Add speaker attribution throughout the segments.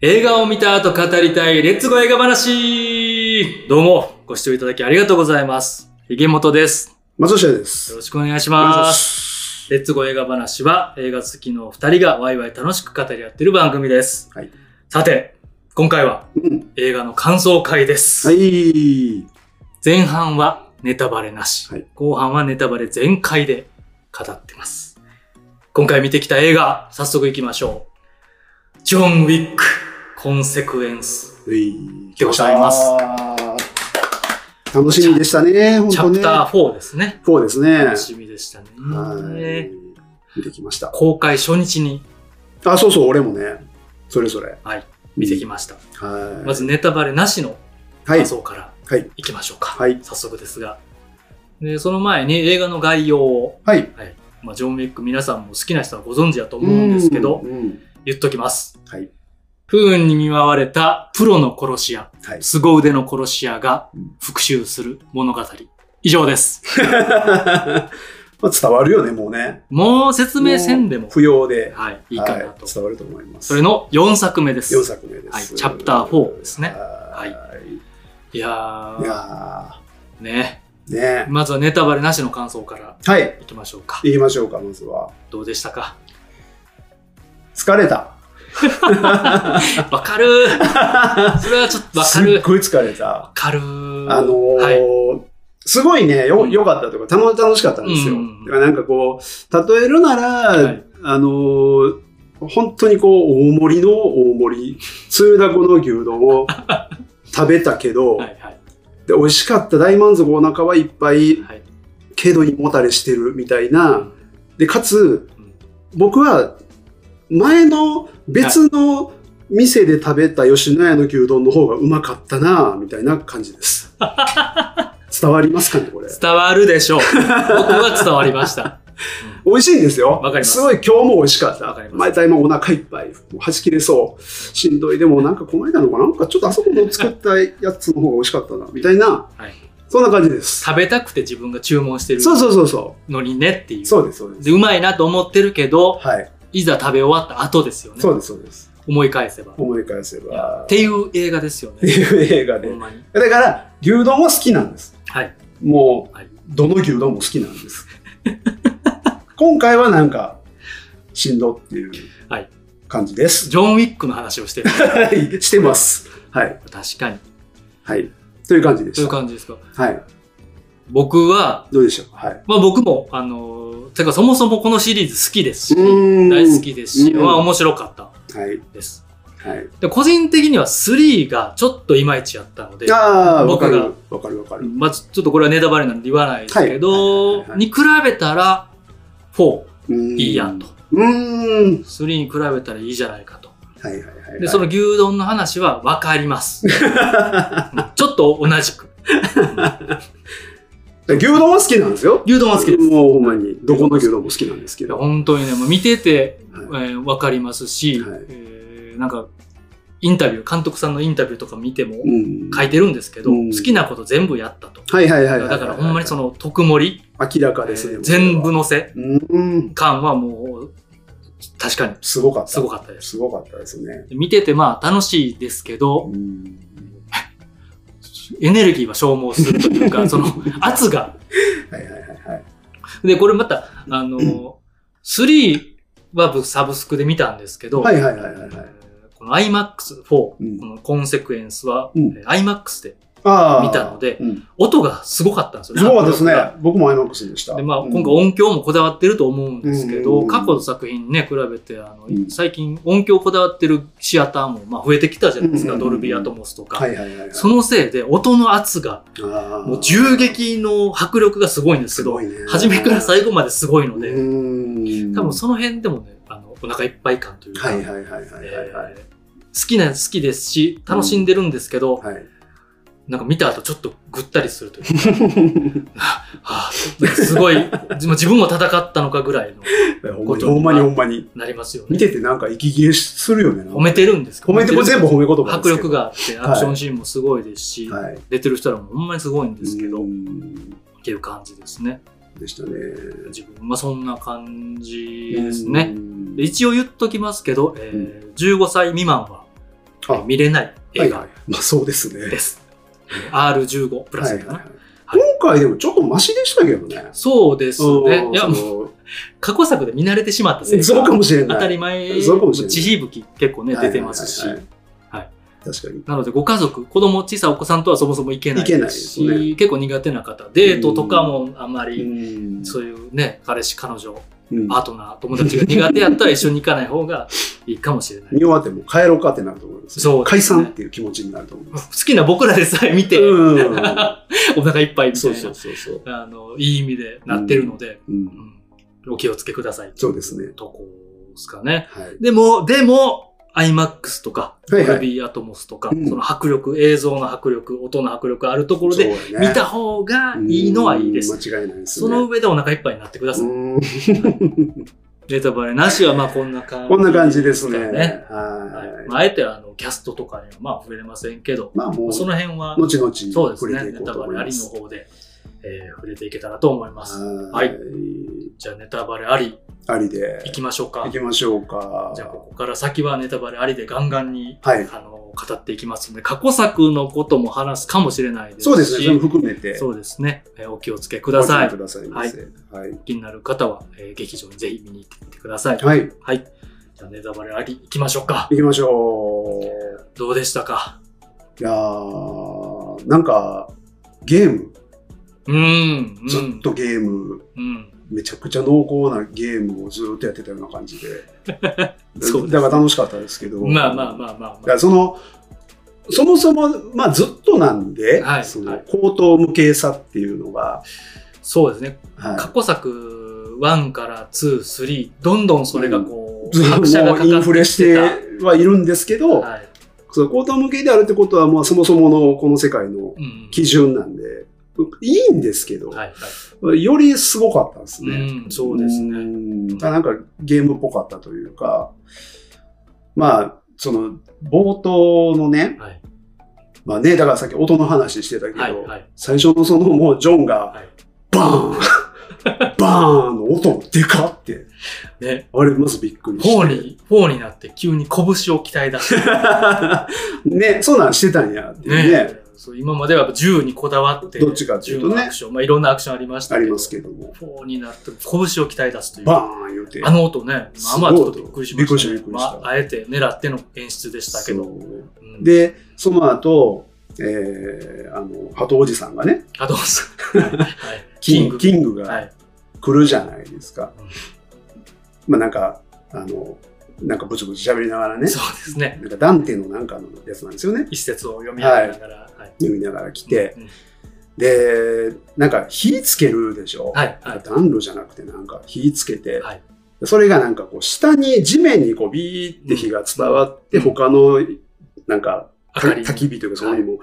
Speaker 1: 映画を見た後語りたい、レッツゴー映画話どうも、ご視聴いただきありがとうございます。ひげもとです。
Speaker 2: 松下で
Speaker 1: よ
Speaker 2: す。
Speaker 1: ろしくお願いし
Speaker 2: お願いし
Speaker 1: ま。
Speaker 2: ますす。
Speaker 1: レッツゴー映画話は、映画好きの二人がワイワイ楽しく語り合っている番組です。
Speaker 2: はい
Speaker 1: さて、今回は
Speaker 2: うん
Speaker 1: 映画の感想会です。
Speaker 2: はい。
Speaker 1: 前半はネタバレなし、
Speaker 2: はい
Speaker 1: 後半はネタバレ全開で語ってます。今回見てきた映画、早速行きましょう。ジョン・ウィック、コンセクエンス。
Speaker 2: うい
Speaker 1: でございます
Speaker 2: す。楽しみでしたね、本
Speaker 1: チ
Speaker 2: 当
Speaker 1: ャ
Speaker 2: ね
Speaker 1: プ。ター4ですね。
Speaker 2: 4ですね。
Speaker 1: 楽しみでしたね。
Speaker 2: はい。見てきました。
Speaker 1: 公開初日に
Speaker 2: あ、そうそう、俺もね、それぞれ。
Speaker 1: はい見てきました。
Speaker 2: す。はい。
Speaker 1: まずネタバレなしの
Speaker 2: はい
Speaker 1: 感。想から
Speaker 2: はい。
Speaker 1: 行きましょうか。
Speaker 2: はい。
Speaker 1: 早速ですが。で、その前に映画の概要を、
Speaker 2: はい。
Speaker 1: まあ、ジョン・ウィック皆さんも好きな人はご存知だと思うんですけど、
Speaker 2: うんうん
Speaker 1: 言っときます。
Speaker 2: はい。
Speaker 1: 不運に見舞われたプロの殺し屋、
Speaker 2: はい。
Speaker 1: 凄腕の殺し屋が復讐する物語。以上です。
Speaker 2: まあ伝わるよね、もうね。
Speaker 1: もう説明せんでも、
Speaker 2: 不要で。
Speaker 1: はい、いいかなと。
Speaker 2: はい伝わると思います。
Speaker 1: それの4作目です。
Speaker 2: 4作目です。
Speaker 1: はいチャプター4ですね
Speaker 2: はい
Speaker 1: いや
Speaker 2: い
Speaker 1: ー、
Speaker 2: や
Speaker 1: ね。
Speaker 2: ーね。
Speaker 1: まずはネタバレなしの感想から
Speaker 2: はい。
Speaker 1: いきましょうか。
Speaker 2: 行きましょうか、まずは。
Speaker 1: どうでしたか
Speaker 2: 疲れた。
Speaker 1: わかる ーそれはちょっとわ
Speaker 2: す
Speaker 1: か
Speaker 2: っ
Speaker 1: るわ
Speaker 2: ごい疲れた。
Speaker 1: かるー
Speaker 2: あのー
Speaker 1: はい。
Speaker 2: すごいね、
Speaker 1: う
Speaker 2: よ、
Speaker 1: ん
Speaker 2: 良かったというか、楽楽しかったんですよ。
Speaker 1: うん
Speaker 2: だからなんかこう、例えるなら、
Speaker 1: はい
Speaker 2: あのー本当にこう、大盛りの大盛り、通だこの牛丼を食べたけど、
Speaker 1: はいはい
Speaker 2: で、美味しかった、大満足、お腹はいっぱい、
Speaker 1: はい。
Speaker 2: けど胃もたれしてるみたいな。で、かつ
Speaker 1: うん、
Speaker 2: 僕は、前の別の店で食べた吉野家の牛丼の方がうまかったなみたいな感じ です。伝わりますかね、これ。
Speaker 1: 伝わるでしょう。僕は伝わりました。
Speaker 2: 美味しいんですよ。
Speaker 1: わかります
Speaker 2: すごい今日も美味しかっ
Speaker 1: わ
Speaker 2: た
Speaker 1: かり。ます
Speaker 2: 毎回もお腹いっぱい。もうはち切れそう。しんどい。でもなんかこの間のかななんかちょっとあそこの作ったやつの方が美味しかったな。みたいな。
Speaker 1: はい
Speaker 2: そんな感じです。
Speaker 1: 食べたくて自分が注文してる
Speaker 2: そうそうそうそ。
Speaker 1: のにねっていうう。
Speaker 2: そうです、そうです。
Speaker 1: で、うまいなと思ってるけど、
Speaker 2: はい。
Speaker 1: いざ食べ終わった後ですよね。
Speaker 2: そうです、そうです。
Speaker 1: 思い返せば。
Speaker 2: 思い返せ
Speaker 1: いや
Speaker 2: ば
Speaker 1: っ。ていう映画ですよ
Speaker 2: って
Speaker 1: ね。
Speaker 2: いう映画で
Speaker 1: ほん。まに。
Speaker 2: だから、牛丼は好きなんです。
Speaker 1: はい。
Speaker 2: も、
Speaker 1: はいう
Speaker 2: どの牛丼も好きなんです。 今回はなんか、しんどっていう
Speaker 1: はい
Speaker 2: 感じです。
Speaker 1: ジョン・ウィックの話をしてる。
Speaker 2: はい。してます。はい。
Speaker 1: 確か に。
Speaker 2: はい。という感じで
Speaker 1: そういう
Speaker 2: し
Speaker 1: 感じですか。
Speaker 2: た。はい。
Speaker 1: 僕は、
Speaker 2: どうでしょうはい。
Speaker 1: まあ僕も、あのー、てかそもそもこのシリーズ好きですし、
Speaker 2: ーん
Speaker 1: 大好きですし、
Speaker 2: うん
Speaker 1: まあ面白かった
Speaker 2: はい。
Speaker 1: です。
Speaker 2: はい。
Speaker 1: で個人的には3がちょっといまいちやったので、
Speaker 2: ああ、わ
Speaker 1: 僕
Speaker 2: か
Speaker 1: が
Speaker 2: る。わかるわかる。
Speaker 1: まあちょっとこれはネタバレなんで言わないですけ
Speaker 2: はい
Speaker 1: ど
Speaker 2: はいはい、はい
Speaker 1: に比べたら4
Speaker 2: うーん
Speaker 1: いいやんと。。
Speaker 2: うーん。
Speaker 1: 3に比べたらいいじゃないかと。
Speaker 2: はいはいはいはい。
Speaker 1: で、その牛丼の話は分かります。 うんちょっと同じく。
Speaker 2: 牛丼は好きなんですよ。
Speaker 1: 牛丼は好きです。
Speaker 2: もうほんまに、どこの牛丼も好きなんですけど。は
Speaker 1: 本当にね、もう見てて、え
Speaker 2: い
Speaker 1: ー分かりますし、
Speaker 2: はい
Speaker 1: えーなんか、インタビュー、監督さんのインタビューとか見ても
Speaker 2: うん
Speaker 1: 書いてるんですけど、
Speaker 2: うん
Speaker 1: 好きなこと全部やったと。
Speaker 2: はいはいはいはい。
Speaker 1: だからほんまにその特盛り、
Speaker 2: 明らかですね。
Speaker 1: えー全部
Speaker 2: の。
Speaker 1: のせ
Speaker 2: うん。
Speaker 1: 感はもう、確かに
Speaker 2: すごかった。
Speaker 1: すごかったです。
Speaker 2: すごかったですね。
Speaker 1: 見ててまあ楽しいですけど、
Speaker 2: うん
Speaker 1: エネルギーは消耗するという か、その圧が
Speaker 2: はいはいはいはい。
Speaker 1: で、これまた、あの、3は僕サブスクで見たんですけど、
Speaker 2: はいはいはいはいはい
Speaker 1: この iMAX4、こ
Speaker 2: うん
Speaker 1: のコンセクエンスは、
Speaker 2: うん
Speaker 1: えー iMAX で
Speaker 2: ああ。
Speaker 1: 見たので
Speaker 2: うん
Speaker 1: 音がすごかったんですよ
Speaker 2: すごかったですね
Speaker 1: ラッ。
Speaker 2: 僕も IMAX でした。
Speaker 1: プがで、まあ、
Speaker 2: うん
Speaker 1: 今回音響もこだわってると思うんですけ
Speaker 2: う
Speaker 1: ど、
Speaker 2: ん
Speaker 1: 過去の作品にね、比べて、あの
Speaker 2: うん、
Speaker 1: 最近音響こだわってるシアターも、まあ、増えてきたじゃないですか、
Speaker 2: うん
Speaker 1: ドルビーアトモスと
Speaker 2: は
Speaker 1: か。
Speaker 2: いはいはいはい。
Speaker 1: そのせいで、音の圧が、
Speaker 2: ああ、
Speaker 1: もう銃撃の迫力がすごいんですけど、
Speaker 2: ね
Speaker 1: 初めから最後まですごいので、
Speaker 2: うん。
Speaker 1: 多分その辺でもね、あのお腹いっぱい感というか、
Speaker 2: はいはいはいはいはいはい。
Speaker 1: えー好きな好きですし、楽しんでるんですけど、
Speaker 2: はい。
Speaker 1: なんか見た後ちょっとぐったりするというか、 はぁすごい、自自分も戦ったのかぐらいの、
Speaker 2: ほんまにほんまに。
Speaker 1: なりますよね。
Speaker 2: 見ててなんか息切れするよね。なんか
Speaker 1: 褒めてるんですけ
Speaker 2: 褒めてこれ全部褒め言葉です
Speaker 1: 迫
Speaker 2: けど。
Speaker 1: 力があって、アクションシーンもすごいですし、
Speaker 2: はい。で
Speaker 1: 出てる人らもほんまにすごいんですけど、っ
Speaker 2: で
Speaker 1: ていう感じですね。
Speaker 2: したね。
Speaker 1: 自分はそんな感じ
Speaker 2: い
Speaker 1: ですね。。で一応言っときますけど、えー15歳未満は
Speaker 2: あ
Speaker 1: 見れない映画
Speaker 2: はいまあそうですね。
Speaker 1: です。R15 プラス
Speaker 2: は
Speaker 1: か
Speaker 2: い
Speaker 1: な
Speaker 2: はいはい今回でもちょっとマシでしたけどね。
Speaker 1: そうですね。いや、
Speaker 2: うん
Speaker 1: もう過去作で見慣れてしまったせい
Speaker 2: そうかもしれ
Speaker 1: 当
Speaker 2: ない。
Speaker 1: たり前
Speaker 2: そうかもしれない
Speaker 1: 地響き結構ね、出てますし
Speaker 2: はい。はいはい
Speaker 1: はい
Speaker 2: 確かに。
Speaker 1: なので、ご家族、子供、小さいお子さんとはそもそも行けない
Speaker 2: 行けない
Speaker 1: で
Speaker 2: ですす
Speaker 1: し、
Speaker 2: ね
Speaker 1: 結構苦手な方、デートとかもあんまり、
Speaker 2: うん
Speaker 1: そういうね、彼氏、彼女、
Speaker 2: うん
Speaker 1: パートナー、友達が苦手やったら一緒に行かない方がいいかもしれない。
Speaker 2: 見終わってもう帰ろうかってなると思います。
Speaker 1: そう
Speaker 2: 解散っていう気持ちになると思いま
Speaker 1: 好
Speaker 2: す。
Speaker 1: きな僕らでさえ見て、
Speaker 2: うん
Speaker 1: お腹いっぱいみた
Speaker 2: そ
Speaker 1: いうな
Speaker 2: そうそうそう。
Speaker 1: あの、いい意味でなってるので、
Speaker 2: う、
Speaker 1: うんんお気をつけください。
Speaker 2: そうですね。
Speaker 1: とこですかね。
Speaker 2: はい。
Speaker 1: でも、でも、IMAX とか、
Speaker 2: はいはい
Speaker 1: Dolby Atmos とか、
Speaker 2: うん
Speaker 1: その迫力、映像の迫力、音の迫力あるところで、
Speaker 2: そうやね
Speaker 1: 見た方がいいのはいいです。
Speaker 2: うん間違いないです
Speaker 1: そ
Speaker 2: ね。
Speaker 1: の上でお腹いっぱいになってください。
Speaker 2: うん
Speaker 1: ネタバレなしは、まあこんな感じ、
Speaker 2: こんな感じですね。
Speaker 1: ねは
Speaker 2: はいい。
Speaker 1: まあ、あえてあのキャストとかにはまあ触れませんけど、
Speaker 2: まあもう、
Speaker 1: そ
Speaker 2: 後
Speaker 1: の辺は、
Speaker 2: 々
Speaker 1: そうで
Speaker 2: 触
Speaker 1: す
Speaker 2: れ
Speaker 1: ね、
Speaker 2: ていこ
Speaker 1: ネ
Speaker 2: う
Speaker 1: タ
Speaker 2: と
Speaker 1: バ
Speaker 2: 思い
Speaker 1: レあ
Speaker 2: ま
Speaker 1: りの
Speaker 2: す。
Speaker 1: 方で、えー触れていけたらと思います。
Speaker 2: は
Speaker 1: はいい。じゃあネタバレあり、
Speaker 2: ありで
Speaker 1: いきましょうか
Speaker 2: 行。きましょうか。
Speaker 1: じゃあここから先はネタバレありでガンガンに
Speaker 2: はい。
Speaker 1: あの語っていきますので、過去作のことも話すかもしれないですし、
Speaker 2: そうですね。それも含めて。
Speaker 1: そうですねえーお気をつけください
Speaker 2: ご注意。くださいませ。はい。
Speaker 1: 気になる方は、えー劇場にぜひ見に行ってみてください。
Speaker 2: はい。
Speaker 1: はい。じゃあネタバレあり行きましょうか。
Speaker 2: 行きましょう。
Speaker 1: どうでしたか
Speaker 2: いやー、なんか、ゲーム、
Speaker 1: うーん。うん
Speaker 2: ずっ。とゲーム、
Speaker 1: うん。
Speaker 2: めちゃくちゃ濃厚なゲームをずっとやってたような感じで。
Speaker 1: そうです
Speaker 2: だから楽しかったですけど。
Speaker 1: まあまあまあまあ
Speaker 2: だか
Speaker 1: まあ。
Speaker 2: らその、そもそも、まあずっとなんで、
Speaker 1: はい
Speaker 2: そ
Speaker 1: は
Speaker 2: の
Speaker 1: い
Speaker 2: 高等無形さっていうのが、
Speaker 1: そうですね。過
Speaker 2: は
Speaker 1: 去作1から2、3、どんどんそれがこ
Speaker 2: い、
Speaker 1: う、
Speaker 2: ずっ
Speaker 1: 拍車
Speaker 2: と
Speaker 1: が
Speaker 2: も
Speaker 1: か
Speaker 2: うイ
Speaker 1: か
Speaker 2: ン
Speaker 1: って
Speaker 2: フレし
Speaker 1: きてた。
Speaker 2: てはいるんですけど、
Speaker 1: はい。
Speaker 2: その高等無形であるってことは、まあそもそものこの世界の
Speaker 1: うんうん。
Speaker 2: 基準なんで、いいんですけど、
Speaker 1: はいはい。
Speaker 2: よりすごかったんですね。
Speaker 1: うんそうですね
Speaker 2: ね。なんかゲームっぽかったというか、まあ、その冒頭のね、
Speaker 1: はい。
Speaker 2: まあね、だからさっき音の話してたけど、
Speaker 1: はいはい。
Speaker 2: 最初のそのもうジョンが
Speaker 1: はい、
Speaker 2: バーン、 バーンの音でかって、
Speaker 1: ね。
Speaker 2: あれまずびっくりして。
Speaker 1: フォーに、フォーになって急に拳を鍛え出して。
Speaker 2: ね、そんなんしてたんやっていうね、
Speaker 1: ね。そう今まではやっぱ銃にこだわって、
Speaker 2: どっちかっていうと
Speaker 1: 銃
Speaker 2: ね
Speaker 1: のアクション、まあいろんなアクションありました
Speaker 2: あ
Speaker 1: けど、
Speaker 2: りますけども、
Speaker 1: フォーになって拳を鍛え出すという。
Speaker 2: バーン言うて。
Speaker 1: あの音ね、まあまあ
Speaker 2: す
Speaker 1: ち
Speaker 2: ごい
Speaker 1: ょっとびっくりしました、ね。
Speaker 2: びっくりしたびっくりし
Speaker 1: ま
Speaker 2: た
Speaker 1: あ、あえて狙っての演出でしたけど。
Speaker 2: そう
Speaker 1: うん、
Speaker 2: で、その後、えー、あの、鳩おじさんがね、
Speaker 1: あ、どうぞ。 はいキング。
Speaker 2: キング
Speaker 1: は
Speaker 2: が
Speaker 1: い。
Speaker 2: 来るじゃないですか。
Speaker 1: うん
Speaker 2: まあなんか、あの、なんかブチブチ喋りながらね、
Speaker 1: そうですね。
Speaker 2: なんかダンテのなんかのやつなんですよね。
Speaker 1: 一節を読み上げながら。はい。
Speaker 2: 読みながら来て、
Speaker 1: うんうん
Speaker 2: で、なんか火つけるでしょ。
Speaker 1: はい。はい。
Speaker 2: 暖炉じゃなくてなんか火つけて、
Speaker 1: はい
Speaker 2: それがなんかこう下に地面にこうビーって火が伝わって、
Speaker 1: うん
Speaker 2: 他のなんか
Speaker 1: 明かり
Speaker 2: 焚き火というかそこにも、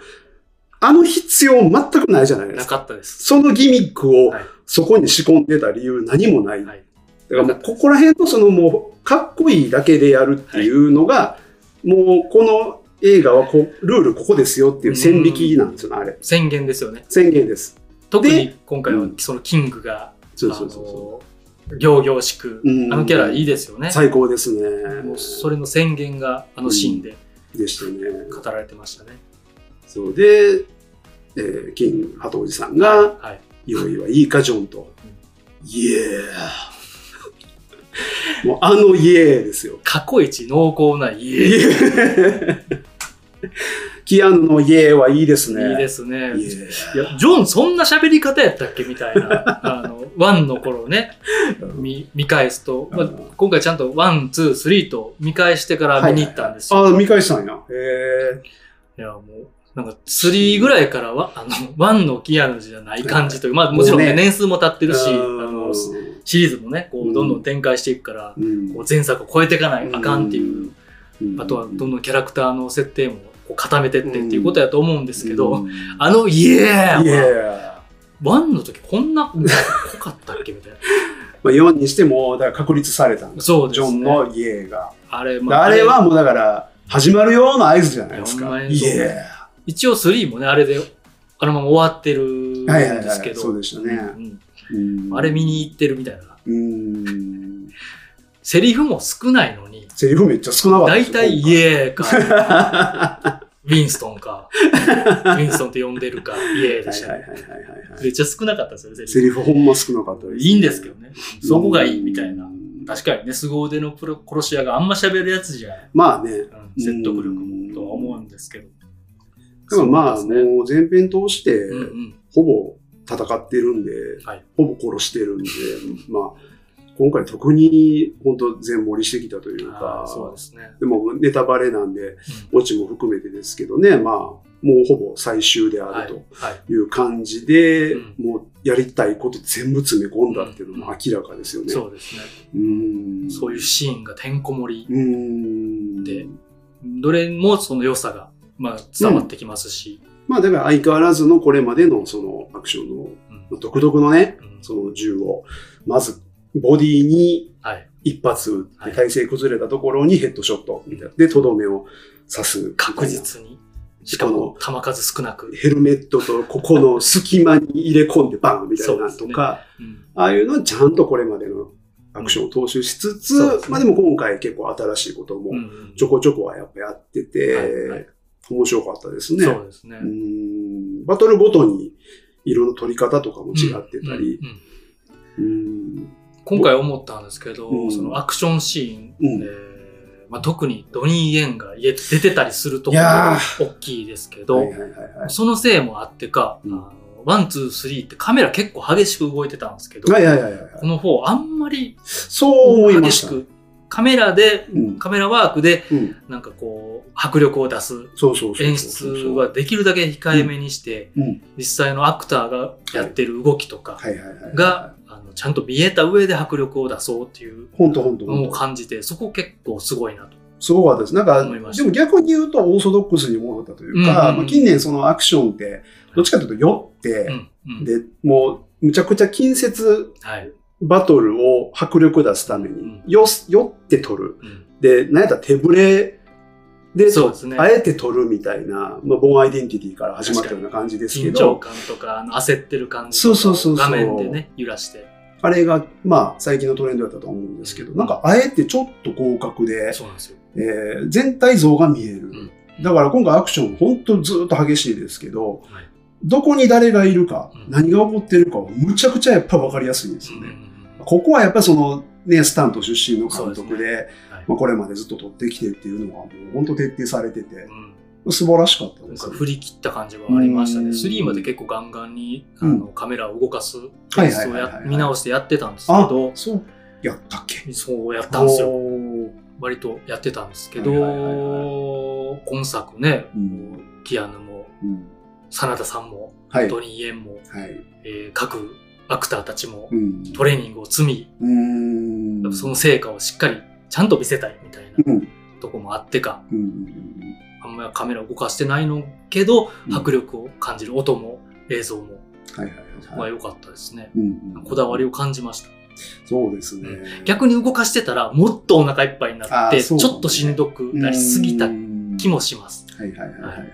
Speaker 2: あの必要全くないじゃないで
Speaker 1: な
Speaker 2: すか。
Speaker 1: かったです。
Speaker 2: そのギミックを
Speaker 1: はい
Speaker 2: そこに仕込んでた理由何もない。だ
Speaker 1: はい。
Speaker 2: からもうここら辺のそのもうかっこいいだけでやるっていうのが、もうこの映画はこうルールここですよっていう線引きなんですよね、あれ。
Speaker 1: 宣言ですよね。
Speaker 2: 宣言です。
Speaker 1: 特に
Speaker 2: で
Speaker 1: 今回は
Speaker 2: うん
Speaker 1: そのキングが、
Speaker 2: そうそうそうそう。
Speaker 1: あの仰々しく、
Speaker 2: うん
Speaker 1: あのキャラいいですよね。
Speaker 2: 最高ですね。
Speaker 1: もうそれの宣言があのシーンで
Speaker 2: でしたね。
Speaker 1: 語られてましたね。
Speaker 2: そうで、えー、キング、鳩おじさんが、
Speaker 1: はい。
Speaker 2: 用意はいいか、ジョンと。イエー。 もうあのイエーですよ。
Speaker 1: 過去一濃厚な家。いい
Speaker 2: キアヌのイエーはいいですね。。
Speaker 1: ですすね。
Speaker 2: イ
Speaker 1: い
Speaker 2: エ
Speaker 1: や、ジョン、そんな喋り方やったっけみたいな、あの、ワンの頃をね、見見返すと、まあ
Speaker 2: うん、
Speaker 1: 今回ちゃんとワン、ツー、スリーと見返してから見に行ったんですよ。
Speaker 2: ああ、見返したんや。へ
Speaker 1: いや、もう、なんか、スリーぐらいからは、あの、ワンのキアヌじゃない感じという、まあ、もちろんね、
Speaker 2: もうね
Speaker 1: 年数も経って
Speaker 2: え。
Speaker 1: るし、あ
Speaker 2: う
Speaker 1: の、シ
Speaker 2: ん
Speaker 1: リーズもね、こう、どんどん展開していくから、
Speaker 2: うん
Speaker 1: こう前作を超えていかないあかんっていう、
Speaker 2: うん
Speaker 1: あとはどんどんキャラクターの設定もこう固めてってっていうことやと思うんですけど、
Speaker 2: うん
Speaker 1: あの、イエー
Speaker 2: イエ
Speaker 1: は
Speaker 2: ー。
Speaker 1: ワンの時こんな濃かったっけみたいな。
Speaker 2: まあ、4にしても、だから確立されたんです。
Speaker 1: そうで
Speaker 2: ジ
Speaker 1: す
Speaker 2: ョ
Speaker 1: ね。
Speaker 2: ンのイエーが。
Speaker 1: あれ、
Speaker 2: まああれはもうだから、始まるよの合図じゃないです
Speaker 1: いやほん
Speaker 2: か。
Speaker 1: ま
Speaker 2: い
Speaker 1: にそう
Speaker 2: え。
Speaker 1: 一応3もね、あれで、あのまま終わってるん
Speaker 2: はいはいはい
Speaker 1: ですけど、
Speaker 2: そうでしたね
Speaker 1: うん
Speaker 2: うん
Speaker 1: あれ見に行ってるみたいな。
Speaker 2: うーん。
Speaker 1: セリフも少ないのに、
Speaker 2: セリフめっちゃ少なかった
Speaker 1: 大
Speaker 2: ですよ
Speaker 1: 体、イ
Speaker 2: 今
Speaker 1: エーか、 ウィンストンか、ウィンストンって呼んでるか、イエーで
Speaker 2: 回
Speaker 1: した、
Speaker 2: はいはいはいはいはいはい
Speaker 1: めっちゃ少なかったですよね、
Speaker 2: セ
Speaker 1: セリ
Speaker 2: リフほんま少なかった
Speaker 1: フ。
Speaker 2: です
Speaker 1: いいんですけどね。そこがいいみたいな
Speaker 2: うん
Speaker 1: 確かにね、凄腕のプロ殺し屋があんま喋るやつじゃ、
Speaker 2: まあね
Speaker 1: うん、説得力もとは思うんですけど。
Speaker 2: でもまあ
Speaker 1: そう
Speaker 2: も
Speaker 1: ですね
Speaker 2: う前編通して
Speaker 1: うんうん。
Speaker 2: ほぼ戦ってるんで、
Speaker 1: はい
Speaker 2: ほぼ殺してるんでまあ今回特に本当全盛りしてきたという
Speaker 1: あ
Speaker 2: か
Speaker 1: ーそうですね。
Speaker 2: でもネタバレなんで、オチも含めてですけどね、まあ、もうほぼ最終であ
Speaker 1: はい。
Speaker 2: る
Speaker 1: はい。
Speaker 2: という感じで、
Speaker 1: うん
Speaker 2: もうやりたいこと全部詰め込んだっていうのも明らかですよね。
Speaker 1: そうですね。
Speaker 2: うーん
Speaker 1: そういうシーンがてんこ盛り、
Speaker 2: うーん
Speaker 1: でどれもその良さが、まあ、伝わってきますし、
Speaker 2: まあだから相変わらずのこれまでのそのアクションの
Speaker 1: うん
Speaker 2: まあ独特のね、
Speaker 1: うん
Speaker 2: その銃を、まずボディに
Speaker 1: はい。
Speaker 2: 一発撃って
Speaker 1: はい
Speaker 2: 体勢崩れたところにヘッドショットみたいな。で、とどめを刺す。
Speaker 1: 確。実に。しかも、球数少なく。
Speaker 2: ヘルメットとここの隙間に入れ込んでバンみたいな
Speaker 1: そ
Speaker 2: と
Speaker 1: うですね
Speaker 2: か、
Speaker 1: うん
Speaker 2: ああいうのはちゃんとこれまでのアクションを踏襲しつつ、
Speaker 1: うんそうですね
Speaker 2: まあでも今回結構新しいことも
Speaker 1: うん
Speaker 2: ちょこちょこはやっぱやってて、
Speaker 1: はいはい
Speaker 2: 面白かったですね。
Speaker 1: そうですね
Speaker 2: う。んバトルごとにいろんな取り方とかも違って
Speaker 1: う
Speaker 2: たり、
Speaker 1: んうんうん
Speaker 2: うん
Speaker 1: 今回思ったんですけど、
Speaker 2: うん
Speaker 1: そのアクションシーン、
Speaker 2: うん
Speaker 1: えーまあ、特にドニー・イエンが家出てたりするとこ
Speaker 2: い
Speaker 1: ろ
Speaker 2: や
Speaker 1: が大きいですけど、
Speaker 2: はいはいはいは
Speaker 1: そのせいもあってか、
Speaker 2: うん
Speaker 1: あのワン、ツー、スリーってカメラ結構激しく動いてたんですけど、
Speaker 2: い。はいはいはいはい。
Speaker 1: この方あんまり
Speaker 2: そう思いま
Speaker 1: 激
Speaker 2: し。
Speaker 1: したく、カメラで、
Speaker 2: うん
Speaker 1: カメラワークで
Speaker 2: うん、
Speaker 1: なんかこう、迫力を出す
Speaker 2: そうそうそうそう。
Speaker 1: 演出はできるだけ控えめにして、
Speaker 2: うん
Speaker 1: 実際のアクターがやってる動きとか
Speaker 2: はいはいはいはい。
Speaker 1: が、、あのちゃんと見えた上で迫力を出そうっていう
Speaker 2: ほんとほんとほ
Speaker 1: の
Speaker 2: ん
Speaker 1: を
Speaker 2: と。
Speaker 1: 感じて、そこ結構すごいなと。
Speaker 2: すごかったです。なんか、
Speaker 1: 思いまし
Speaker 2: で
Speaker 1: た
Speaker 2: も逆に言うとオーソドックスに戻ったとい
Speaker 1: う
Speaker 2: う
Speaker 1: んうん
Speaker 2: か、
Speaker 1: うん
Speaker 2: まあ近年そのアクションって、どっちかというと酔って、
Speaker 1: うんうん
Speaker 2: で、もう、むちゃくちゃ近接
Speaker 1: はい
Speaker 2: バトルを迫力出すため
Speaker 1: うん
Speaker 2: に、よす酔って取る。
Speaker 1: うん
Speaker 2: で、なんやったら手ぶれで、
Speaker 1: そうですね。
Speaker 2: あえて取るみたいな、まあ、ボーンアイデンティティから始まったような感じですけ
Speaker 1: 緊張
Speaker 2: ど、
Speaker 1: 感とか、あの焦ってる感じ
Speaker 2: そうそうそうそ
Speaker 1: 画
Speaker 2: う
Speaker 1: 面でね、揺らして。
Speaker 2: あれが、まあ、最近のトレンドだったと思うんですけど、なんか、あえてちょっと広角で、
Speaker 1: そうなんですよ。
Speaker 2: えー全体像が見える。
Speaker 1: ん
Speaker 2: だから今回アクション、本当ずっと激しいですけど、
Speaker 1: はい
Speaker 2: どこに誰がいるか、
Speaker 1: うん
Speaker 2: 何が起こってるかは、むちゃくちゃやっぱ分かりやすいですよね。ここはやっぱりその、ね、スタント出身の監
Speaker 1: そうで
Speaker 2: 督
Speaker 1: す
Speaker 2: で、
Speaker 1: はい
Speaker 2: まあ、これまでずっと取ってきてっていうのは、もう本当徹底されてて
Speaker 1: う、ん
Speaker 2: 素晴らしかった
Speaker 1: な
Speaker 2: で
Speaker 1: ん
Speaker 2: す
Speaker 1: か
Speaker 2: ね、
Speaker 1: 振り切った感じはありました
Speaker 2: う
Speaker 1: ね。
Speaker 2: ん
Speaker 1: 3まで結構ガンガンにあのカメラを動かす
Speaker 2: は
Speaker 1: 演
Speaker 2: いはい
Speaker 1: 出を
Speaker 2: はいはい
Speaker 1: や見直してやってたんですけ
Speaker 2: あ
Speaker 1: ど、、
Speaker 2: そう、やったっけ
Speaker 1: そうやったんですよ。
Speaker 2: おー
Speaker 1: 割とやってたんですけ
Speaker 2: はいはいはい
Speaker 1: ど、今作ね、
Speaker 2: うん
Speaker 1: キアヌも、
Speaker 2: うん
Speaker 1: 真田さんも、
Speaker 2: はい。は
Speaker 1: ドニー・イエンも、
Speaker 2: い。
Speaker 1: えー各アクターたちも
Speaker 2: うん。
Speaker 1: トレーニングを積み、
Speaker 2: うーん。
Speaker 1: その成果をしっかりちゃんと見せたいみたいな
Speaker 2: うん。うん
Speaker 1: とこもあってか、
Speaker 2: うんうん。
Speaker 1: あんまりカメラを動かしてないのけど
Speaker 2: う、ん
Speaker 1: 迫力を感じる音も映像も、
Speaker 2: はいはいはい
Speaker 1: ま
Speaker 2: は
Speaker 1: あ
Speaker 2: い。
Speaker 1: 良かったですね。
Speaker 2: うんうん
Speaker 1: こだわりを感じました。
Speaker 2: そうですね。
Speaker 1: 逆に動かしてたらもっとお腹いっぱいになっ
Speaker 2: あー
Speaker 1: て、ち
Speaker 2: そ
Speaker 1: ょ
Speaker 2: うかもね
Speaker 1: っとしんどくなりすぎた気もします。
Speaker 2: うん。はいはいはいはいはいはい。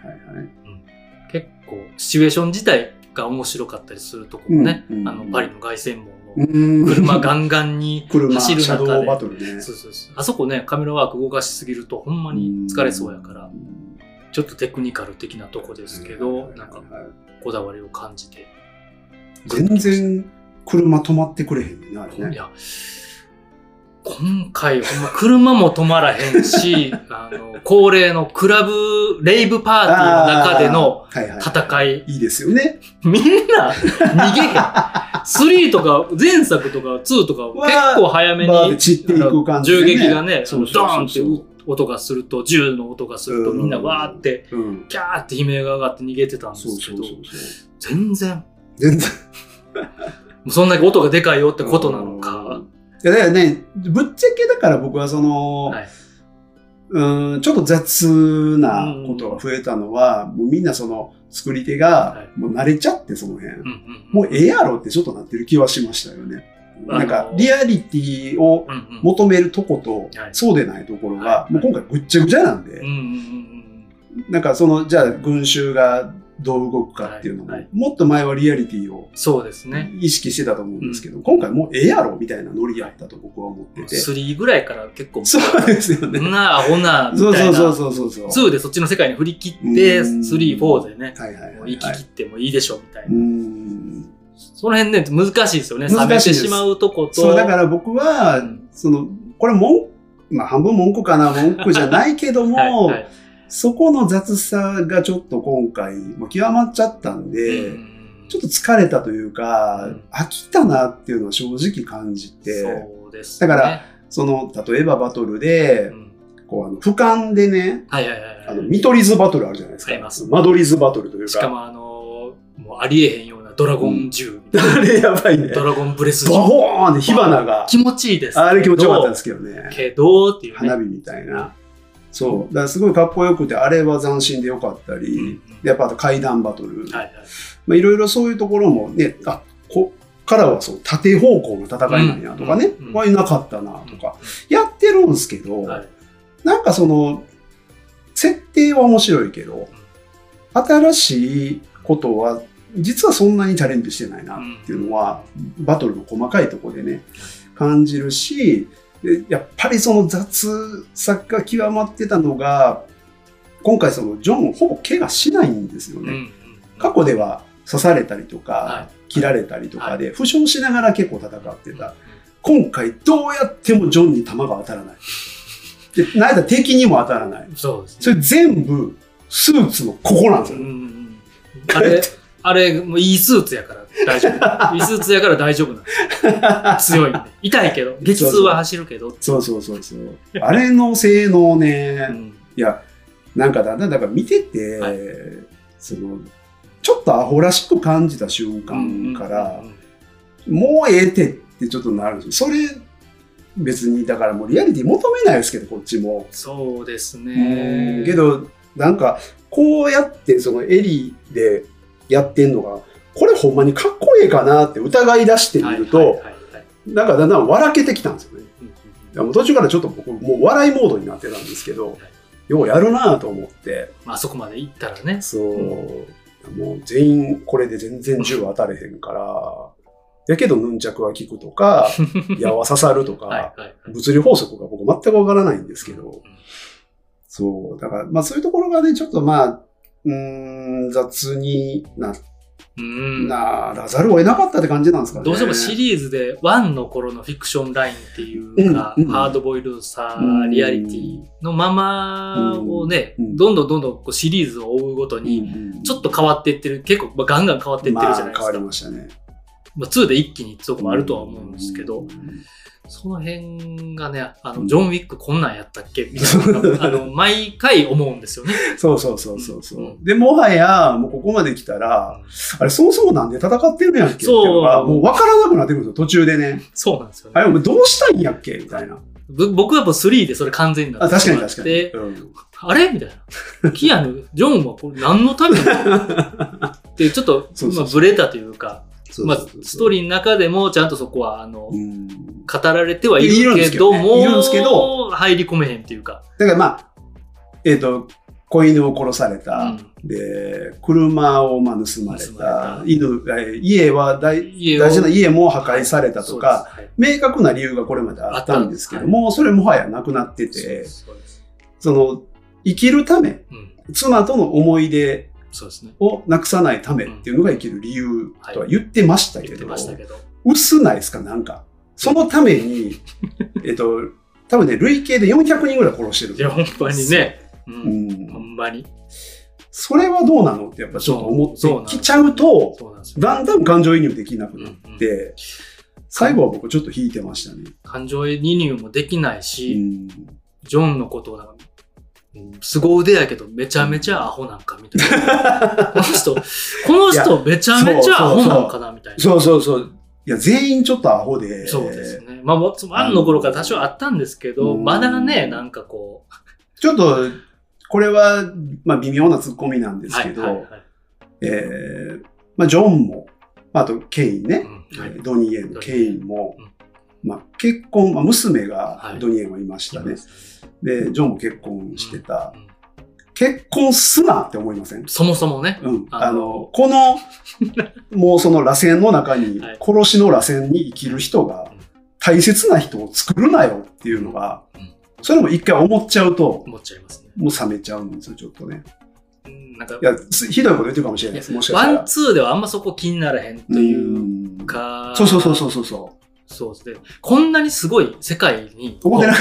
Speaker 1: 結構シチュエーション自体が面白かったりするとこもね、
Speaker 2: うんうん
Speaker 1: あのパリの凱旋門の
Speaker 2: うん
Speaker 1: 車ガンガンに
Speaker 2: 車、
Speaker 1: 走る
Speaker 2: シャ
Speaker 1: 中
Speaker 2: ドー
Speaker 1: で
Speaker 2: バトルね。
Speaker 1: そうそうそうあそこねカメラワーク動かしすぎるとほんまに疲れそうやから
Speaker 2: ん
Speaker 1: ちょっとテクニカル的なとこですけ
Speaker 2: はい
Speaker 1: ど
Speaker 2: はい
Speaker 1: なんか
Speaker 2: はい
Speaker 1: こだわりを感じて
Speaker 2: 全然車止まってくれへんねんなあれ
Speaker 1: こんい
Speaker 2: ね。
Speaker 1: や今回ほんま車も止まらへん しあの恒例のクラブレイブパーティーの中での戦
Speaker 2: い。
Speaker 1: い
Speaker 2: いいですよね。
Speaker 1: みんな逃げへん。3と か、前作とか2とかを結構早めに、
Speaker 2: バーで散っていく感じ
Speaker 1: 銃
Speaker 2: でね
Speaker 1: 撃がね、
Speaker 2: そうそうそうそう
Speaker 1: ドーンって音がすると、銃の音がすると、
Speaker 2: うん
Speaker 1: みんなわーって、
Speaker 2: うん。
Speaker 1: キャーって悲鳴が上がって逃げてたんで
Speaker 2: そう
Speaker 1: すけ
Speaker 2: そう
Speaker 1: ど
Speaker 2: そう、そう。
Speaker 1: 全然、も
Speaker 2: 全然。
Speaker 1: うそんだけ音がでかいよってことなのか。
Speaker 2: いやだからね、ぶっちゃけだから僕はその、
Speaker 1: はいう
Speaker 2: ーんちょっと雑なことが増えたのは、もうみんなその作り手
Speaker 1: は
Speaker 2: が
Speaker 1: い
Speaker 2: もう慣れちゃってその辺、
Speaker 1: うんうん
Speaker 2: もうええやろってちょっとなってる気はしましたよね。
Speaker 1: あの
Speaker 2: なんかリアリティを
Speaker 1: うんうん
Speaker 2: 求めるとこと、
Speaker 1: はい
Speaker 2: そうでないところが、
Speaker 1: はい
Speaker 2: もう今回ぐっちゃぐちゃなんで、
Speaker 1: うんうんうん
Speaker 2: なんかそのじゃあ群衆がどう動くかっていうのも、
Speaker 1: はいはい
Speaker 2: もっと前はリアリティを
Speaker 1: そうですね。
Speaker 2: 意識してたと思うんですけど、今回もうええやろみたいなノリやったと僕は思ってて。
Speaker 1: 3ぐらいから結構、
Speaker 2: そうですよね。
Speaker 1: んなアホな、み
Speaker 2: そう
Speaker 1: たい
Speaker 2: そう
Speaker 1: な。
Speaker 2: そうそうそうそう。
Speaker 1: 2でそっちの世界に振り切って、
Speaker 2: うん
Speaker 1: 3、4でね、
Speaker 2: はいはい
Speaker 1: も
Speaker 2: は
Speaker 1: う
Speaker 2: い、
Speaker 1: 行
Speaker 2: は
Speaker 1: き
Speaker 2: い
Speaker 1: 切。ってもいいでしょうみたいうな。
Speaker 2: ん。
Speaker 1: その辺ね、難しいですよね。冷め
Speaker 2: 難しい
Speaker 1: て
Speaker 2: です
Speaker 1: しまうとこと。
Speaker 2: そう、だから僕は、
Speaker 1: うん
Speaker 2: その、これ文まあ半分文句かな、文句じゃないけども、
Speaker 1: はいはい
Speaker 2: そこの雑さがちょっと今回、もう極まっちゃったんで、
Speaker 1: うん
Speaker 2: ちょっと疲れたという
Speaker 1: う
Speaker 2: か、
Speaker 1: ん
Speaker 2: 飽きたなっていうのは正直感じて、
Speaker 1: そうです、
Speaker 2: だから、その、例えばバトル
Speaker 1: う
Speaker 2: で、
Speaker 1: ん
Speaker 2: こう、あの、俯瞰でね、
Speaker 1: はいはいはいはい。
Speaker 2: あの、見取り図バトルあるじゃないですか。
Speaker 1: あります
Speaker 2: 間取り図バトルというか。
Speaker 1: しかもあのーもうありえへんようなドラゴン銃、
Speaker 2: あれやばいね。
Speaker 1: ドラゴンブレス
Speaker 2: バ
Speaker 1: 銃。
Speaker 2: ホーンで火花が。
Speaker 1: 気持ちいいですけど。
Speaker 2: あれ気持ちよかったんですけどね。
Speaker 1: けど、っていうね。
Speaker 2: 花火みたいな。そう。だからすごいかっこよくて、あれは斬新でよかったり、
Speaker 1: うんうん
Speaker 2: でやっぱあと階段バトル。
Speaker 1: はいはい。
Speaker 2: まあいろいろそういうところもね、あ、こっからはそう、縦方向の戦いなんやとかね、
Speaker 1: うんうん
Speaker 2: は、いなかったなとか、やってるんですけど、
Speaker 1: はい
Speaker 2: なんかその、設定は面白いけど、新しいことは、実はそんなにチャレンジしてないなっていうのは、バトルの細かいところでね、感じるし、でやっぱりその雑さが極まってたのが、今回そのジョンほぼ怪我しないんですよ
Speaker 1: うん
Speaker 2: ね。
Speaker 1: うん
Speaker 2: 過去では刺されたりとか、
Speaker 1: は
Speaker 2: 切られたりとかで、負傷しながら結構戦ってた
Speaker 1: い。
Speaker 2: 今回どうやってもジョンに弾が当たらない。で、なんやったら敵にも当たらない。
Speaker 1: そうですね。
Speaker 2: それ全部、スーツのここなんです
Speaker 1: う
Speaker 2: よ
Speaker 1: んう
Speaker 2: ね。
Speaker 1: んうんあ れ、あれ、もういいスーツやから大丈夫。いいスーツやから大丈夫なんですよ。強いんで。痛いけど、激痛は走るけど。
Speaker 2: そうそうそうそう。あれの性能ね、
Speaker 1: うん
Speaker 2: いや、なんかだんだんだから見てて、
Speaker 1: はい
Speaker 2: その、ちょっとアホらしく感じた瞬間から、もうええてってちょっとなるんですよ。それ、別に、だからもうリアリティ求めないですけど、こっちも。
Speaker 1: そうです
Speaker 2: う
Speaker 1: ね
Speaker 2: ん。け、どなんかこうやってそのエリーでやってんのがこれほんまにかっこええかなって疑い出してみ
Speaker 1: はい
Speaker 2: る
Speaker 1: はいはい
Speaker 2: と
Speaker 1: はい
Speaker 2: なんかだんだん笑けてきたんですよね。
Speaker 1: うん
Speaker 2: いやもう途中からちょっと僕もう笑いモードになってたんですけどようやるなと思って
Speaker 1: まあ、そこまで行ったらね。
Speaker 2: そう、もう全員これで全然銃当たれへんからやけどヌンチャクは効くと か矢は刺さるとか、
Speaker 1: はいはいはい。
Speaker 2: 物理法則が僕全くわからないんですけど、
Speaker 1: うん
Speaker 2: そう。だから、まあそういうところがね、ちょっとまあ、うーん、雑にな,、
Speaker 1: うん
Speaker 2: ならざるを得なかったって感じなんですかね。
Speaker 1: どうしてもシリーズで1の頃のフィクションラインっていうか、
Speaker 2: うんうん
Speaker 1: ハードボイルさ、
Speaker 2: うん
Speaker 1: リアリティのままをね、
Speaker 2: うん
Speaker 1: どんどんどんどんこうシリーズを追うごとに、ちょっと変わっていってる、結構まあガンガン変わっていってるじゃないで
Speaker 2: まあ、
Speaker 1: す
Speaker 2: 変わり
Speaker 1: か。
Speaker 2: ましたね。
Speaker 1: まあ、2で一気にそこもあるとは思うんですけど、
Speaker 2: うん
Speaker 1: その辺がね、あ
Speaker 2: う
Speaker 1: の、
Speaker 2: ん
Speaker 1: ジョン・ウィックこんなんやったっけみたいなの が、あの、毎回思うんですよね。
Speaker 2: そうそうそうそうそう、
Speaker 1: うん
Speaker 2: で、もはや、もうここまで来たら、あれ、そもそもなんで戦ってるんやっけっていうのが、
Speaker 1: そう
Speaker 2: もう分からなくなってくるんですよ、途中でね。
Speaker 1: そうなんですよ
Speaker 2: あ
Speaker 1: ね。
Speaker 2: れ、お前どうしたいんやっけみたいな。
Speaker 1: ぶ僕はやっぱ3でそれ完全にな
Speaker 2: あ
Speaker 1: って
Speaker 2: 確
Speaker 1: し
Speaker 2: かに
Speaker 1: まっ
Speaker 2: 確かに。
Speaker 1: て、
Speaker 2: うん
Speaker 1: あれみたいな。キアヌ、ジョンはこれ何のためにって、ちょっと
Speaker 2: そ
Speaker 1: ま
Speaker 2: うそうそう
Speaker 1: あブレたというか、
Speaker 2: そう
Speaker 1: まあ
Speaker 2: そうそう、
Speaker 1: ストーリーの中でもちゃんとそこは、あの、
Speaker 2: う
Speaker 1: 語
Speaker 2: ん
Speaker 1: られてはいるけども、
Speaker 2: いるんですけど
Speaker 1: 入り込めへんっていうか、
Speaker 2: だからまあ、えっ、と、子犬を殺された。
Speaker 1: うん
Speaker 2: で、車をまあ盗まれ
Speaker 1: 盗
Speaker 2: た
Speaker 1: ま、れ
Speaker 2: 犬えー家は大
Speaker 1: 家を
Speaker 2: 大事な家も破壊されたとか、、
Speaker 1: そうです
Speaker 2: 明確な理由がこれまであったんですけども、それもはやなくなって
Speaker 1: はいそうで
Speaker 2: て、
Speaker 1: すそうです
Speaker 2: その、生きるため、
Speaker 1: うん
Speaker 2: 妻との思い出
Speaker 1: そうですね。
Speaker 2: をなくさないためっていうのが生きる理由とは言ってましたけ
Speaker 1: 言って
Speaker 2: ど、
Speaker 1: ましたけど。
Speaker 2: 薄ないですか、なんか。そのために、 えっと、多分ね、累計で400人ぐらい殺してる。
Speaker 1: いや、ほんまにね。う。
Speaker 2: うん
Speaker 1: ほ
Speaker 2: ん、
Speaker 1: んまに。
Speaker 2: それはどうなのってやっぱちょっと
Speaker 1: そうな
Speaker 2: 思
Speaker 1: ん
Speaker 2: っ
Speaker 1: で
Speaker 2: て
Speaker 1: す
Speaker 2: きちゃうと、
Speaker 1: そうなんですよ。
Speaker 2: だんだん感情移入できな
Speaker 1: う
Speaker 2: く
Speaker 1: ん
Speaker 2: なっ
Speaker 1: うん
Speaker 2: て、最後は僕ちょっと引いてましたね。
Speaker 1: 感情移入もできないうし、
Speaker 2: ん、
Speaker 1: ジョンのことをなんか、うん凄腕やけどめちゃめちゃアホなんかみたいな。この人、この人めちゃめちゃアホなんかなみたいな。
Speaker 2: そうそうそう。いや、全員ちょっとアホで。
Speaker 1: そうですね。まあ、もつあんの頃から多少あったんですけど、
Speaker 2: うん
Speaker 1: まだね、なんかこう。
Speaker 2: ちょっと、これは、まあ、微妙なツッコミなんですけど、
Speaker 1: はいはいはい
Speaker 2: えーまあ、ジョンも、まあ、あと、ケイン
Speaker 1: う
Speaker 2: ね、
Speaker 1: んはい
Speaker 2: ドニーエンのケインも
Speaker 1: うん、
Speaker 2: まあ、結婚、まあ、娘が
Speaker 1: はい
Speaker 2: ドニーエンはいましたね。
Speaker 1: います
Speaker 2: で、ジョンも結婚してた。
Speaker 1: うん
Speaker 2: ケ結婚すなって思いません
Speaker 1: そもそもね。
Speaker 2: うん。
Speaker 1: あの
Speaker 2: あの、この、もうその螺旋の中に
Speaker 1: はい、
Speaker 2: 殺しの螺旋に生きる人が
Speaker 1: うん、
Speaker 2: 大切な人を作るなよっていうのが
Speaker 1: うん、
Speaker 2: それも一回思っちゃうと、
Speaker 1: 思っちゃいますね。
Speaker 2: もう冷めちゃうんですよ、ちょっとね。
Speaker 1: うんなんか
Speaker 2: い、や、すひどいこと言ってるかもしれないです。もしかし
Speaker 1: ワ
Speaker 2: た
Speaker 1: ン、
Speaker 2: ら。
Speaker 1: ツーではあんまそこ気にならへんという
Speaker 2: うん
Speaker 1: か、
Speaker 2: そうそうそうそうそうそ
Speaker 1: そうですね。こんなにすごい世界に、
Speaker 2: う。思ってな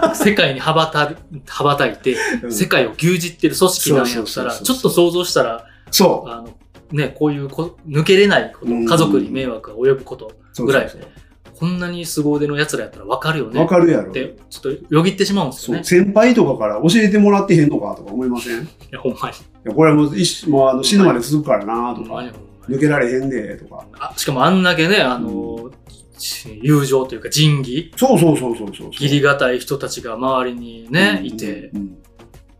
Speaker 2: かっ
Speaker 1: 世界に羽ばた羽ばたいて、
Speaker 2: た。うん
Speaker 1: 世界を牛耳ってる組織なんやったら、
Speaker 2: そうそうそうそう
Speaker 1: ちょっと想像したら、
Speaker 2: そ
Speaker 1: あの、ね、こういうこ抜けれないこと、
Speaker 2: うん
Speaker 1: 家族に迷惑が及ぶこと、
Speaker 2: う。そう
Speaker 1: ぐらい
Speaker 2: そうそう
Speaker 1: こんなに凄腕の奴らやったらわかるよね。
Speaker 2: わかるやろ
Speaker 1: っ。て、ちょっとよぎってしまうんです
Speaker 2: そ
Speaker 1: よ
Speaker 2: う。
Speaker 1: ね。
Speaker 2: 先輩とかから教えてもらってへんのかとか思いませんい
Speaker 1: いや、ほんまに。
Speaker 2: や、これはもう一もうあの死ぬまで続くからな
Speaker 1: ほ
Speaker 2: と
Speaker 1: んま
Speaker 2: か
Speaker 1: に、ほんまに
Speaker 2: 抜けられへんでとか。
Speaker 1: あしかもあんだけね、あの、友情というか仁義、
Speaker 2: そうそうそうそうそう。
Speaker 1: 義理がたい人たちが周りにね、いて、
Speaker 2: うん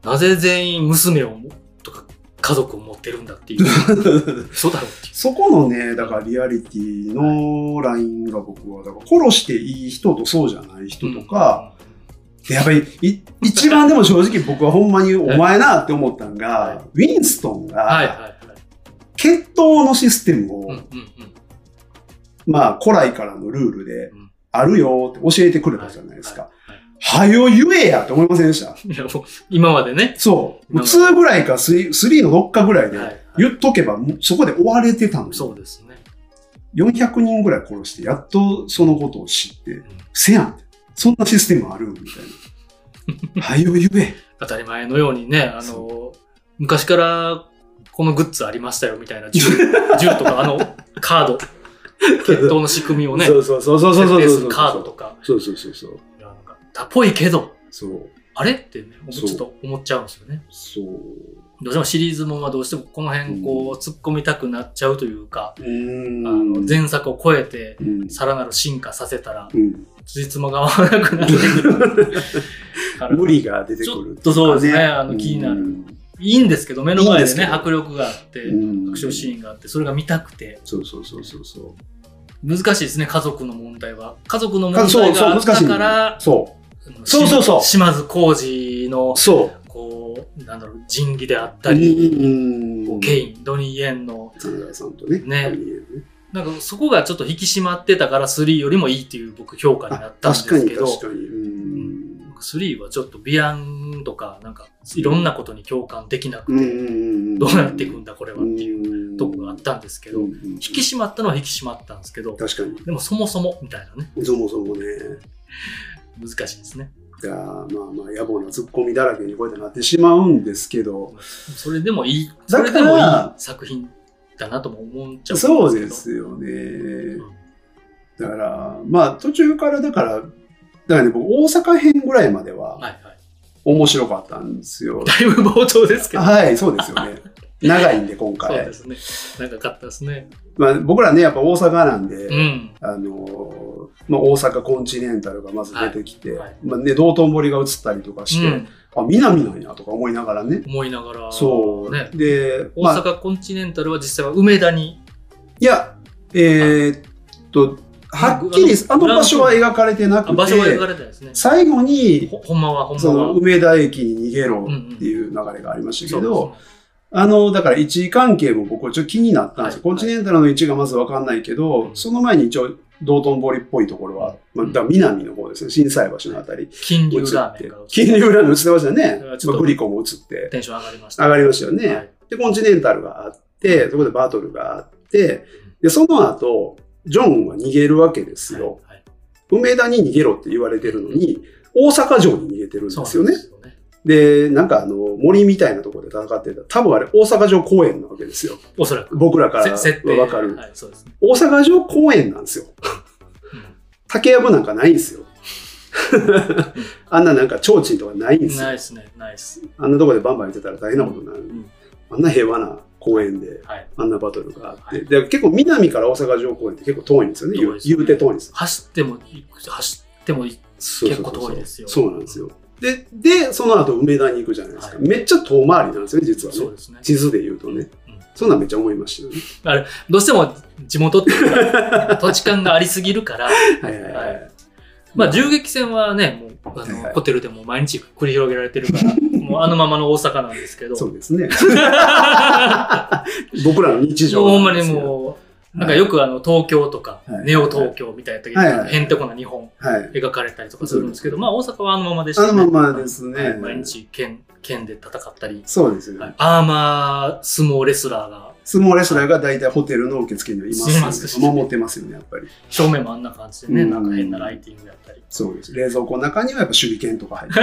Speaker 1: なぜ全員娘をもとか家族を持ってるんだ っていう、そうだろうっていう。
Speaker 2: そこのね、だからリアリティのラインが僕は、だから殺していい人とそうじゃない人とか、でやっぱりい一番でも正直僕はほんまにお前なって思ったんが、
Speaker 1: は
Speaker 2: ウィンストン
Speaker 1: うん、はいはい
Speaker 2: が
Speaker 1: はい。
Speaker 2: 血統のシステムを、
Speaker 1: うんうんうん。
Speaker 2: まあ古来からのルールで
Speaker 1: うん
Speaker 2: あるよって教えてくれたじゃないですか。
Speaker 1: はい
Speaker 2: はよ言えやって思いませんでした
Speaker 1: いや、 もう今までね。
Speaker 2: そう。もう2ぐらいか 3, 3のどっかぐらいで
Speaker 1: はいはい
Speaker 2: 言っとけばもうそこで終われてたんですよ
Speaker 1: そうですね。
Speaker 2: 400人ぐらい殺して、やっとそのことを知って、せやんそんなシステムあるみた いな。はよ言え。
Speaker 1: 当たり前のようにね、あの
Speaker 2: そ、
Speaker 1: 昔からこのグッズありましたよみたいな銃、 銃とかあのカー ド、決闘の仕組みをね、
Speaker 2: そうそうそうそうそう
Speaker 1: 設
Speaker 2: そう
Speaker 1: 定
Speaker 2: そう
Speaker 1: するカードとか、
Speaker 2: そうそうそうそう。
Speaker 1: いやなんか、たっぽいけど、
Speaker 2: そう。
Speaker 1: あれってね、ち
Speaker 2: そう
Speaker 1: ょっと思っちゃうんですよね。
Speaker 2: そう。
Speaker 1: どうしてもシリーズもんはどうしてもこの辺こう突っ込みたくなっちゃうというか、
Speaker 2: うーん。
Speaker 1: あの前作を超えて
Speaker 2: うん。
Speaker 1: さらなる進化させたら、
Speaker 2: うん
Speaker 1: つじつまが合わなくなってくるから。
Speaker 2: 無理が出て
Speaker 1: ち
Speaker 2: く
Speaker 1: ょ
Speaker 2: る
Speaker 1: っとそうですね、
Speaker 2: ね
Speaker 1: あの気にな
Speaker 2: う
Speaker 1: る。
Speaker 2: ん
Speaker 1: いいんですけど、目の前
Speaker 2: いいん
Speaker 1: で
Speaker 2: です
Speaker 1: ね、
Speaker 2: けど
Speaker 1: 迫力があって、
Speaker 2: うん
Speaker 1: アクションシーンがあって、それが見たくて、
Speaker 2: そうそうそうそうそ
Speaker 1: 難しいですね、家族の問題は。家族の
Speaker 2: う。
Speaker 1: 問題があった
Speaker 2: んだ
Speaker 1: か
Speaker 2: よ
Speaker 1: ら、
Speaker 2: そ
Speaker 1: あの
Speaker 2: そうそうそう
Speaker 1: し島津浩二の
Speaker 2: う。、そ
Speaker 1: こう、なんだろう、仁義であっ
Speaker 2: う。
Speaker 1: たり、
Speaker 2: うん
Speaker 1: こうケイン、ドニー・イエンの、
Speaker 2: 三浦さんとね。
Speaker 1: ねなんかそこがちょっと引き締まってたから3よりもいいっていう僕評価にな
Speaker 2: あ
Speaker 1: ったんで
Speaker 2: 確か
Speaker 1: す
Speaker 2: に
Speaker 1: けど、
Speaker 2: 確かに。うん。
Speaker 1: 3はちょっとビアンとか、なんかいろんなことに共感できなく
Speaker 2: うんう
Speaker 1: て、
Speaker 2: んうんん
Speaker 1: どうなっていくんだこれはっていう
Speaker 2: う
Speaker 1: とこがあったんですけど、
Speaker 2: うんうんうん
Speaker 1: 引き締まったのは引き締まったんですけど、
Speaker 2: 確かに
Speaker 1: でもそもそもみたいなね、
Speaker 2: そもそもね
Speaker 1: 難しいですね。
Speaker 2: じゃあまあまあ野暮なツッコミだらけにこうやってなってしまうんですけど
Speaker 1: それでもいい、そ
Speaker 2: だ
Speaker 1: れ
Speaker 2: から
Speaker 1: でもいい作品だなとも思っちゃう
Speaker 2: そうんで
Speaker 1: け
Speaker 2: すよ
Speaker 1: ど。
Speaker 2: ね
Speaker 1: うん
Speaker 2: だからまあ途中からだからだからね僕大阪編ぐらいまでは
Speaker 1: はいはい。
Speaker 2: 面白かったんです よ
Speaker 1: だいぶ冒頭ですけど。
Speaker 2: はいそうですよね長いんで今
Speaker 1: そう
Speaker 2: 回、
Speaker 1: ですね。長かったですね。
Speaker 2: まあ、僕らねやっぱ大阪なんで、
Speaker 1: うん。
Speaker 2: あのまあ、大阪コンチネンタルがまず出てきて、
Speaker 1: はいはい
Speaker 2: まあね、道頓堀が映ったりとかして、
Speaker 1: うん
Speaker 2: あ南なんやとか思いながらね
Speaker 1: 思いながら、
Speaker 2: そう。
Speaker 1: ね。
Speaker 2: で、
Speaker 1: 大
Speaker 2: まあ、
Speaker 1: 阪コンチネンタルは実際は梅田に、
Speaker 2: いや、えーっと、はっきり、
Speaker 1: あ
Speaker 2: あ
Speaker 1: の
Speaker 2: の場所は描かれてな
Speaker 1: あ
Speaker 2: く
Speaker 1: 場所が描か
Speaker 2: て、
Speaker 1: れたんですね。
Speaker 2: 最後に、
Speaker 1: ほほんまはほん
Speaker 2: そ
Speaker 1: まは。
Speaker 2: の、梅田駅に逃げろ
Speaker 1: うんうん
Speaker 2: っていう流れがありました
Speaker 1: そうで
Speaker 2: け
Speaker 1: す
Speaker 2: ど、あの、だから位置関係も僕はちょっと気になったんですよ。
Speaker 1: はい
Speaker 2: コンチネンタルの位置がまずわかんないけど、その前に一応、道頓堀っぽいところは、まあ、だから南の方ですね、震災橋のあたり。
Speaker 1: 金龍
Speaker 2: 映
Speaker 1: ラ
Speaker 2: っ
Speaker 1: ーメ
Speaker 2: て
Speaker 1: ンが。
Speaker 2: 金流ラーメン映ってましたね
Speaker 1: だから。ちょっ
Speaker 2: ま
Speaker 1: と
Speaker 2: あ、グリコも映って。
Speaker 1: テンション上がりました。
Speaker 2: 上がりましたよね。
Speaker 1: はい
Speaker 2: で、コンチネンタルがあって、そこでバトルがあって、で、その後、ジョンは逃げるわけですよ。
Speaker 1: はいはい
Speaker 2: 梅田に逃げろって言われてるのに、大阪城に逃げてるんで
Speaker 1: そう
Speaker 2: すよね
Speaker 1: なん。ですよね。
Speaker 2: で、なんかあの、森みたいなところで戦ってた。多分あれ、大阪城公園なわけですよ。
Speaker 1: おそらく。
Speaker 2: 僕らから
Speaker 1: せ設定。
Speaker 2: はわかる。
Speaker 1: はい、そうですね。
Speaker 2: 大阪城公園なんですよ。竹やぶなんかないんですよ。 あんななんか提灯とかないん
Speaker 1: う
Speaker 2: で
Speaker 1: ん
Speaker 2: す
Speaker 1: ナ
Speaker 2: よ。
Speaker 1: イスね、ナイス。
Speaker 2: あんなとこでバンバンやってたら大変なことになる。
Speaker 1: ん
Speaker 2: あんな平和な公園で。
Speaker 1: はい。
Speaker 2: あんなバトルがあって、
Speaker 1: はい
Speaker 2: で結構南から大阪城公園って結構遠いんですよね、
Speaker 1: 遠い
Speaker 2: 言
Speaker 1: で
Speaker 2: う
Speaker 1: すね
Speaker 2: 言うて遠いんです
Speaker 1: 走ってもいい、走ってもいい。
Speaker 2: そうそうそ
Speaker 1: 結
Speaker 2: う
Speaker 1: 構遠いですよ
Speaker 2: そうなんですよ。で、でその後梅田に行くじゃないですか。
Speaker 1: はい
Speaker 2: めっちゃ遠回りなんですよね、実は
Speaker 1: そう
Speaker 2: ね。
Speaker 1: ですね。
Speaker 2: 地図で言うとね。
Speaker 1: うん
Speaker 2: そんなんめっちゃ思いましたよね。
Speaker 1: どうしても地元って いうか土地勘がありすぎるから、
Speaker 2: はいはいはい。
Speaker 1: まあ銃撃戦はね、もうあ
Speaker 2: はいは
Speaker 1: の、
Speaker 2: い
Speaker 1: ホテルでも毎日繰り広げられてるから、 もうあのままの大阪なんですけど。
Speaker 2: そうで すね。僕らの日常
Speaker 1: もうほんま
Speaker 2: で
Speaker 1: に
Speaker 2: すよ
Speaker 1: もう、なんかよくあの、東京とか、
Speaker 2: はい
Speaker 1: ネオ東京みたいな時に、
Speaker 2: はいはいはい
Speaker 1: へんてこな日本
Speaker 2: はい。
Speaker 1: 描かれたりとかするんですけど、まあ大阪はあのままでした
Speaker 2: あのままですね
Speaker 1: はい毎日県、県で戦ったり、
Speaker 2: そうですよ
Speaker 1: は
Speaker 2: ね
Speaker 1: い。アーマー相撲レスラーが、
Speaker 2: 相撲レスラーが大体ホテルの受付にはい
Speaker 1: い
Speaker 2: ま
Speaker 1: ますす
Speaker 2: んで。守ってますよね、やっぱり。
Speaker 1: 正面もあんな感じでね、
Speaker 2: うん
Speaker 1: なんか変なライティングやったり。
Speaker 2: そうです。冷蔵庫の中にはやっぱ手裏剣とか入って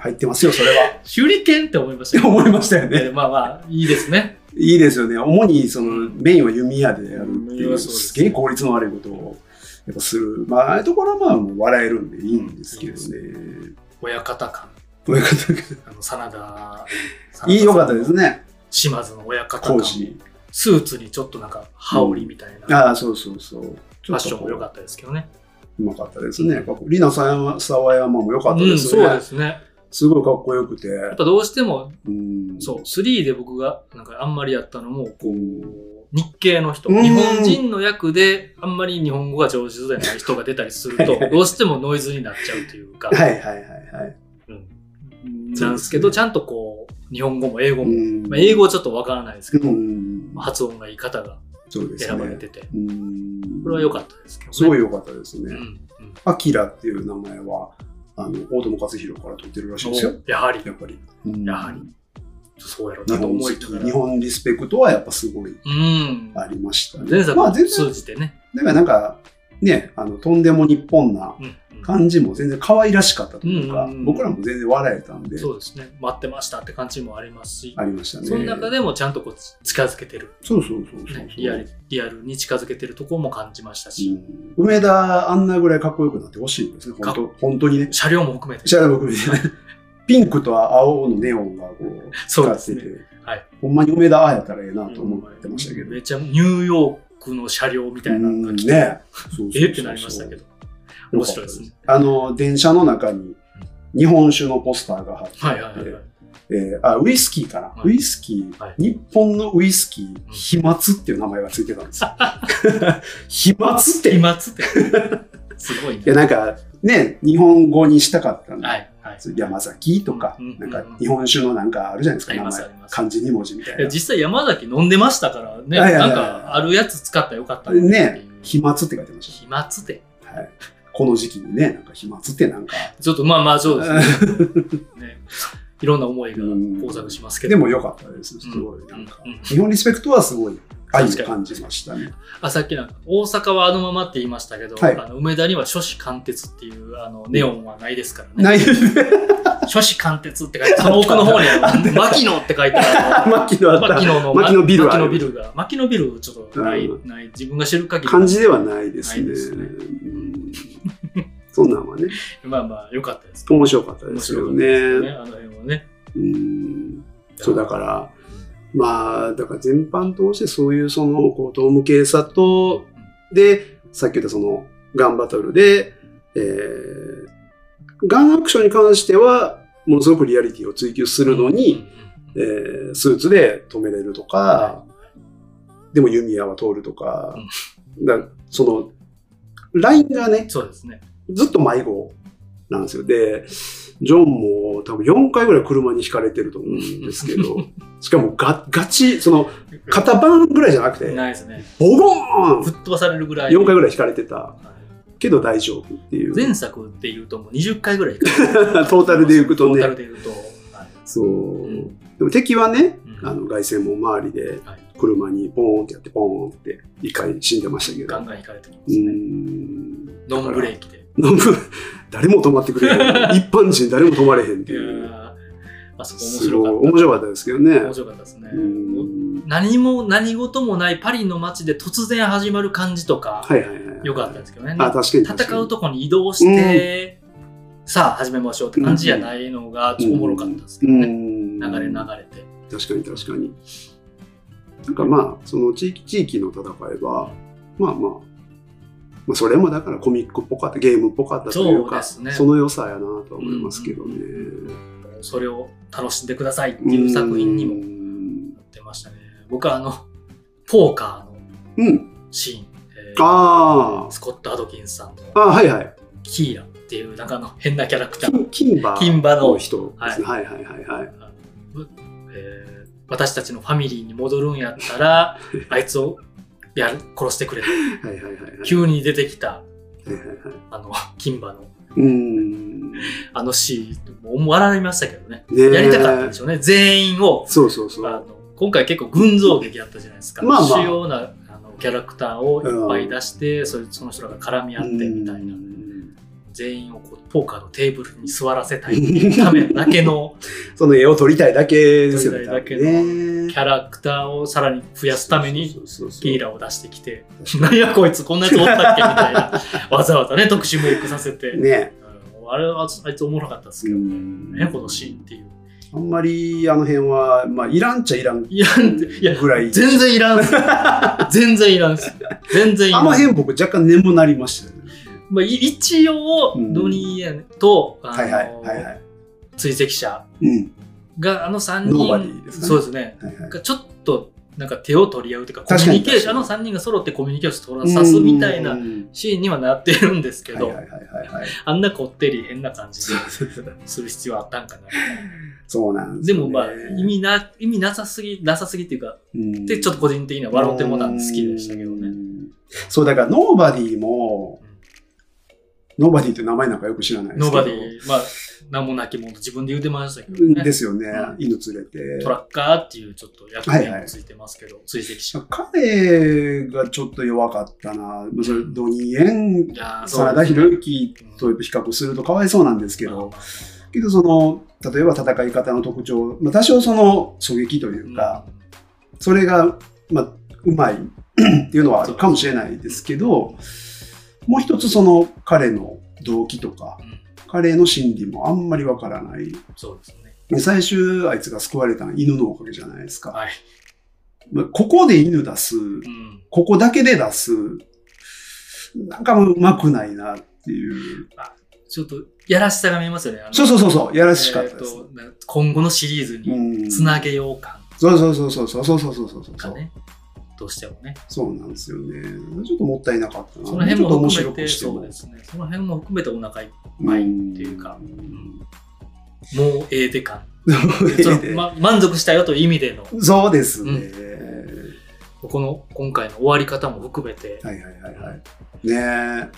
Speaker 2: 入ってますよ、それは。っ
Speaker 1: 手裏剣って思いました
Speaker 2: て
Speaker 1: よ
Speaker 2: 思いましたよね。
Speaker 1: えーまあまあ、いいですね。
Speaker 2: いいですよね。主にそのメインは弓矢でやるってい
Speaker 1: うん
Speaker 2: う、
Speaker 1: そうです
Speaker 2: すげえ効率の悪いことをやっぱする。まあ、ああいうところはまあもう笑えるんでいいんですけどね。
Speaker 1: 親方感。
Speaker 2: こういうことが
Speaker 1: あの、真田。
Speaker 2: いい、よかったです。ね。
Speaker 1: 島津の親方感
Speaker 2: 講。師。
Speaker 1: スーツにちょっとなんか、羽織みたいな。ファ
Speaker 2: ああ、そうそうそう。フ
Speaker 1: ッションも良かったですけどね。
Speaker 2: うまかったですね。リナさんは沢山も良かった
Speaker 1: う
Speaker 2: で
Speaker 1: ん、
Speaker 2: す
Speaker 1: そ
Speaker 2: ね。
Speaker 1: うですね。や
Speaker 2: すごいかっこよくて。
Speaker 1: っぱどうしても、
Speaker 2: うん。
Speaker 1: そう、3で僕が、なんかあんまりやったのも、こう、日系の人、
Speaker 2: うん
Speaker 1: 日本人の役で、あんまり日本語が上手でない人が出たりすると、どうしてもノイズになっちゃうというか、
Speaker 2: はいはいはいはい。
Speaker 1: うん、なんですけど、ちゃんとこう、日本語も英語も、
Speaker 2: うん
Speaker 1: まあ、英語はちょっとわからないですけど、
Speaker 2: うん
Speaker 1: まあ発音がいい方が
Speaker 2: そうですね。
Speaker 1: 選ばれてて、
Speaker 2: うん。
Speaker 1: これは良かったですけどね。
Speaker 2: すごい良かったです
Speaker 1: う
Speaker 2: ね。
Speaker 1: んうん
Speaker 2: アキラっていう名前は、あの、大友克洋から取ってるらしいですよ。
Speaker 1: やはり、
Speaker 2: やっぱり。うん
Speaker 1: やはり。そうやろう
Speaker 2: 日
Speaker 1: なと
Speaker 2: 本
Speaker 1: 思
Speaker 2: 好
Speaker 1: いなが
Speaker 2: き、
Speaker 1: ら
Speaker 2: 日本リスペクトはやっぱすごい
Speaker 1: うん。
Speaker 2: ありましたね。
Speaker 1: 前作
Speaker 2: まあ
Speaker 1: を
Speaker 2: 全
Speaker 1: 通
Speaker 2: 然、
Speaker 1: じてね。
Speaker 2: だからなんか、ね、あの、とんでも日本な
Speaker 1: うんうん
Speaker 2: 感じも全然可愛らしかったというか、
Speaker 1: うんうんうん
Speaker 2: 僕らも全然笑えたんで、
Speaker 1: そうですね。待ってましたって感じもありますし、
Speaker 2: ありましたね。
Speaker 1: その中でもちゃんとこう近づけてる、
Speaker 2: そうそうそうそうそう、
Speaker 1: ねリアル。リアルに近づけてるところも感じました
Speaker 2: う
Speaker 1: し、
Speaker 2: ん梅田あんなぐらいかっこよくなってほしいですね。
Speaker 1: か
Speaker 2: 本当本当にね。
Speaker 1: 車両も含めて。
Speaker 2: シャラ僕みたいな。ピンクと青のネオンがこう、
Speaker 1: そう
Speaker 2: 光
Speaker 1: で
Speaker 2: っ
Speaker 1: す
Speaker 2: てて、
Speaker 1: ね。はい
Speaker 2: ほんまに梅田ああやったらええなと思ってましたけど。
Speaker 1: めちゃニューヨークの車両みたいなの
Speaker 2: う
Speaker 1: が
Speaker 2: ん
Speaker 1: 来て、
Speaker 2: ね。そうそうそうそう
Speaker 1: えってなりましたけど。。面白いですね
Speaker 2: よかったあの、電車の中に日本酒のポスターが貼ってあっ
Speaker 1: はい
Speaker 2: て、
Speaker 1: はいはいはい。
Speaker 2: えーあ、ウイスキーかな、
Speaker 1: はい
Speaker 2: ウイスキー、
Speaker 1: はい
Speaker 2: 日本のウイスキー、飛沫っていう名前がついてた んですよ。飛沫って。
Speaker 1: 飛
Speaker 2: い
Speaker 1: 沫って。すごい
Speaker 2: や、
Speaker 1: ね。
Speaker 2: なんか、ね、日本語にしたかったんで、
Speaker 1: はいはい。
Speaker 2: 山崎とか、
Speaker 1: うんうんうんうん
Speaker 2: なんか日本酒のなんかあるじゃないですか、
Speaker 1: あり
Speaker 2: 名
Speaker 1: ます
Speaker 2: 前
Speaker 1: ありま。す
Speaker 2: 漢字2文字みたい
Speaker 1: いや
Speaker 2: な。
Speaker 1: 実際山崎飲んでましたからね、
Speaker 2: はいはいはい
Speaker 1: なんかあるやつ使ったらよかったのにって
Speaker 2: ね
Speaker 1: いう、
Speaker 2: 飛沫って書いてまし
Speaker 1: 飛沫って。
Speaker 2: た。はい。この時期にね、なんか飛沫ってなんか、
Speaker 1: ちょっとまあまあそうですね。ねいろんな思いが
Speaker 2: うん
Speaker 1: 交錯しますけど。
Speaker 2: でも良かったです。すごい、なんか
Speaker 1: うんうん。
Speaker 2: 日本リスペクトはすごい愛を
Speaker 1: 確かに
Speaker 2: 感じましたね。
Speaker 1: あ、さっきなんか、大阪はあのままって言いましたけど、
Speaker 2: はい
Speaker 1: あの梅田には諸子貫徹っていうあのネオンはないですからね。
Speaker 2: ない、
Speaker 1: 諸子貫徹って書いて、その奥の方にあの、牧野って書いてある。
Speaker 2: 牧野あった
Speaker 1: 牧。野の
Speaker 2: 牧野ビルある
Speaker 1: 牧野ビルが。牧野ビルちょっとない、
Speaker 2: う
Speaker 1: ない、自分が知る限り。
Speaker 2: 感じではないです
Speaker 1: な
Speaker 2: ね。
Speaker 1: いですね
Speaker 2: うんそんなんはね、
Speaker 1: まあまあ、良かったです。
Speaker 2: 面白かったで
Speaker 1: 面
Speaker 2: す
Speaker 1: 白
Speaker 2: よ
Speaker 1: かったです
Speaker 2: ね。
Speaker 1: ね。あの辺はね。
Speaker 2: うんそうだから、まあ、だから全般通してそういうその、こう、ドーム警察と、で、さっき言ったその、ガンバトルで、えーガンアクションに関しては、ものすごくリアリティを追求するのに、えースーツで止めれるとか、でも弓矢は通るとか、だからその、ラインがね、
Speaker 1: そうですね。
Speaker 2: ずっと迷子なんですよ。で、ジョンも多分4回ぐらい車にひかれてると思うんですけど、 しかもガガチ、その、肩バンぐらいじゃなくて、
Speaker 1: ないですね。
Speaker 2: ボゴー
Speaker 1: 吹
Speaker 2: ン
Speaker 1: っ飛ばされるぐらい。
Speaker 2: !4 回ぐらいひかれてた
Speaker 1: はい
Speaker 2: けど大丈夫っていう。
Speaker 1: 前作っていうともう20回ぐらい。ト
Speaker 2: トータルでいくと
Speaker 1: トータル
Speaker 2: ね。
Speaker 1: で言うと。はい
Speaker 2: そう
Speaker 1: うん。
Speaker 2: でも敵はね、
Speaker 1: うん
Speaker 2: あの、外線も周りで
Speaker 1: はい
Speaker 2: 車にポーンってやって、ポーンって一回死んでましたけど。
Speaker 1: ガン
Speaker 2: う
Speaker 1: ガン引かれてきますね。
Speaker 2: ん。
Speaker 1: ノンブレーキで。
Speaker 2: 飲む誰も止まってくれない。一般人誰も止まれへんって
Speaker 1: いやー
Speaker 2: いう。
Speaker 1: あそこ面
Speaker 2: す
Speaker 1: 白
Speaker 2: ご
Speaker 1: か
Speaker 2: い
Speaker 1: った。
Speaker 2: 面白かったですけどね。
Speaker 1: 面白かったですね。
Speaker 2: うん
Speaker 1: 何も何事もないパリの街で突然始まる感じとか、
Speaker 2: はいはいはい。
Speaker 1: よかったですけどね。
Speaker 2: あ、確かに確かに。
Speaker 1: 戦うとこに移動して、さあ始めましょうって感じじゃないのがおもろかったですけど
Speaker 2: う
Speaker 1: ね。
Speaker 2: ん。
Speaker 1: 流れ流れて。
Speaker 2: 確かに確かに。なんかまあ、その地域地域の戦いは、まあまあ、まあ、それもだからコミックっぽかった、ゲームっぽかったというか、
Speaker 1: そうですね
Speaker 2: の良さやなとは思いますけどね。
Speaker 1: それを楽しんでくださいっていう作品にもなってましたね。僕はあの、ポーカーの
Speaker 2: うん。うん。
Speaker 1: シーン、えー
Speaker 2: あ
Speaker 1: スコット・アドキンスさんの
Speaker 2: あ。あはいはい。
Speaker 1: キーラ、っていう中の変なキャラクター。
Speaker 2: 金馬
Speaker 1: 金馬の
Speaker 2: の人ですね。はいはいはいはい。
Speaker 1: あのうえー私たちのファミリーに戻るんやった ら、あいつをやる殺してくれと。
Speaker 2: はいはいはいはい。
Speaker 1: 急に出てきた、
Speaker 2: はいはいはい
Speaker 1: あの、 金馬の
Speaker 2: うーん。ね
Speaker 1: あのシーン、もう笑いましたけどね。
Speaker 2: え
Speaker 1: やりたかったんでしょうね。全員を、
Speaker 2: そうそう
Speaker 1: あ
Speaker 2: そう。
Speaker 1: の今回結構群像劇やったじゃないですか。
Speaker 2: まあまあ
Speaker 1: 主要なあのキャラクターをいっぱい出して、それその人らが絡み合ってみたいな
Speaker 2: う。ん
Speaker 1: 全員をこうポーカーのテーブルに座らせたいって いうためだけの
Speaker 2: その絵を撮りたいだけですよね。
Speaker 1: 撮りたいだけの
Speaker 2: 多
Speaker 1: キ
Speaker 2: 分ね
Speaker 1: ャラクターをさらに増やすために、ピー
Speaker 2: ラ
Speaker 1: ラを出してきて、なんやこいつこんなやつおったっけみたい な、わざわざね、特殊メイクさせて、
Speaker 2: ね
Speaker 1: うんあれはあいつおもろかったですけどね、ねこのシーンっていう。
Speaker 2: あんまりあの辺は、まあ、いらんっちゃいらん
Speaker 1: いや、いや
Speaker 2: ぐらい。
Speaker 1: 全然いらんっ す。全然いらんっす。全然いら
Speaker 2: あ
Speaker 1: ん
Speaker 2: の。辺僕若干眠なりましたよね。
Speaker 1: まあ、い一応、
Speaker 2: うん
Speaker 1: ドニーエンと、あの
Speaker 2: はいはいはいはい。
Speaker 1: 追跡者
Speaker 2: うん。
Speaker 1: が、あの3
Speaker 2: ノー
Speaker 1: 人、
Speaker 2: バディですかね
Speaker 1: そうですね。
Speaker 2: はいはい
Speaker 1: がちょっとなんか手を取り合うというか、コミ
Speaker 2: 確
Speaker 1: ュ
Speaker 2: かに
Speaker 1: ニケーション、あの3人が揃ってコミュニケーションを取らさすみたいな
Speaker 2: うん
Speaker 1: シーンにはなってるんですけど、
Speaker 2: はいはいはいはいはい。
Speaker 1: あんなこってり変な感じでする必要あったんかなみたいな。
Speaker 2: そうなん
Speaker 1: です
Speaker 2: よね
Speaker 1: もまあ、意、味な、意味なさすぎ、なさすぎっていうか、
Speaker 2: うん
Speaker 1: で、ちょっと個人的には笑ってもらったんで好きでしたけど
Speaker 2: う
Speaker 1: ね。
Speaker 2: ん。そう、だから、ノーバディも、ノーバディって名前なんかよく知らないで
Speaker 1: ノ
Speaker 2: すけ
Speaker 1: ーバ
Speaker 2: ど。
Speaker 1: ディ、まあ、名もなき者、自分で言うてましたけ
Speaker 2: うん
Speaker 1: ど
Speaker 2: で
Speaker 1: ね。
Speaker 2: すよね。
Speaker 1: うん
Speaker 2: 犬連れて
Speaker 1: ト。ラッカーっていうちょっと役名もついてますけど、追跡者。
Speaker 2: 彼がちょっと弱かったな。まあそれドニーエン、
Speaker 1: いやーで
Speaker 2: 真田
Speaker 1: すね
Speaker 2: 広之と比較するとかわいそうなんですけど、けどその、例えば戦い方の特徴、まあ、多少その狙撃というか、、それが、まあ、うまい っていうのはあるかもしれないですけど、もう一つその彼の動機とか
Speaker 1: う、んうん
Speaker 2: 彼の心理もあんまりわからない。
Speaker 1: そうですね。
Speaker 2: で最終、あいつが救われたのは犬のおかげじゃないですか。
Speaker 1: はい。
Speaker 2: まあここで犬出す、
Speaker 1: うん
Speaker 2: ここだけで出す、なんかもううまくないなっていう。
Speaker 1: ちょっと、やらしさが見えますよね。あの
Speaker 2: そうそうそうそう、やらしかった
Speaker 1: えー
Speaker 2: で
Speaker 1: と
Speaker 2: す。
Speaker 1: 今後のシリーズに
Speaker 2: うん
Speaker 1: つなげよう感
Speaker 2: そうそうそうそうそうそうそうそうそう
Speaker 1: がね、どうしてもね。
Speaker 2: そうなんですよね。ちょっともったいなかったな。
Speaker 1: その辺も
Speaker 2: うちょ
Speaker 1: 含
Speaker 2: っと面白
Speaker 1: めて、
Speaker 2: くして
Speaker 1: そう
Speaker 2: も
Speaker 1: ですね。その辺も含めてお 腹いっ
Speaker 2: ま
Speaker 1: ぱいっていうか、うんもうええで感。その
Speaker 2: そ
Speaker 1: ま満足したよという意味での、
Speaker 2: うですね、
Speaker 1: この今回の終わり方も含めて、
Speaker 2: はいはいはいはい。ね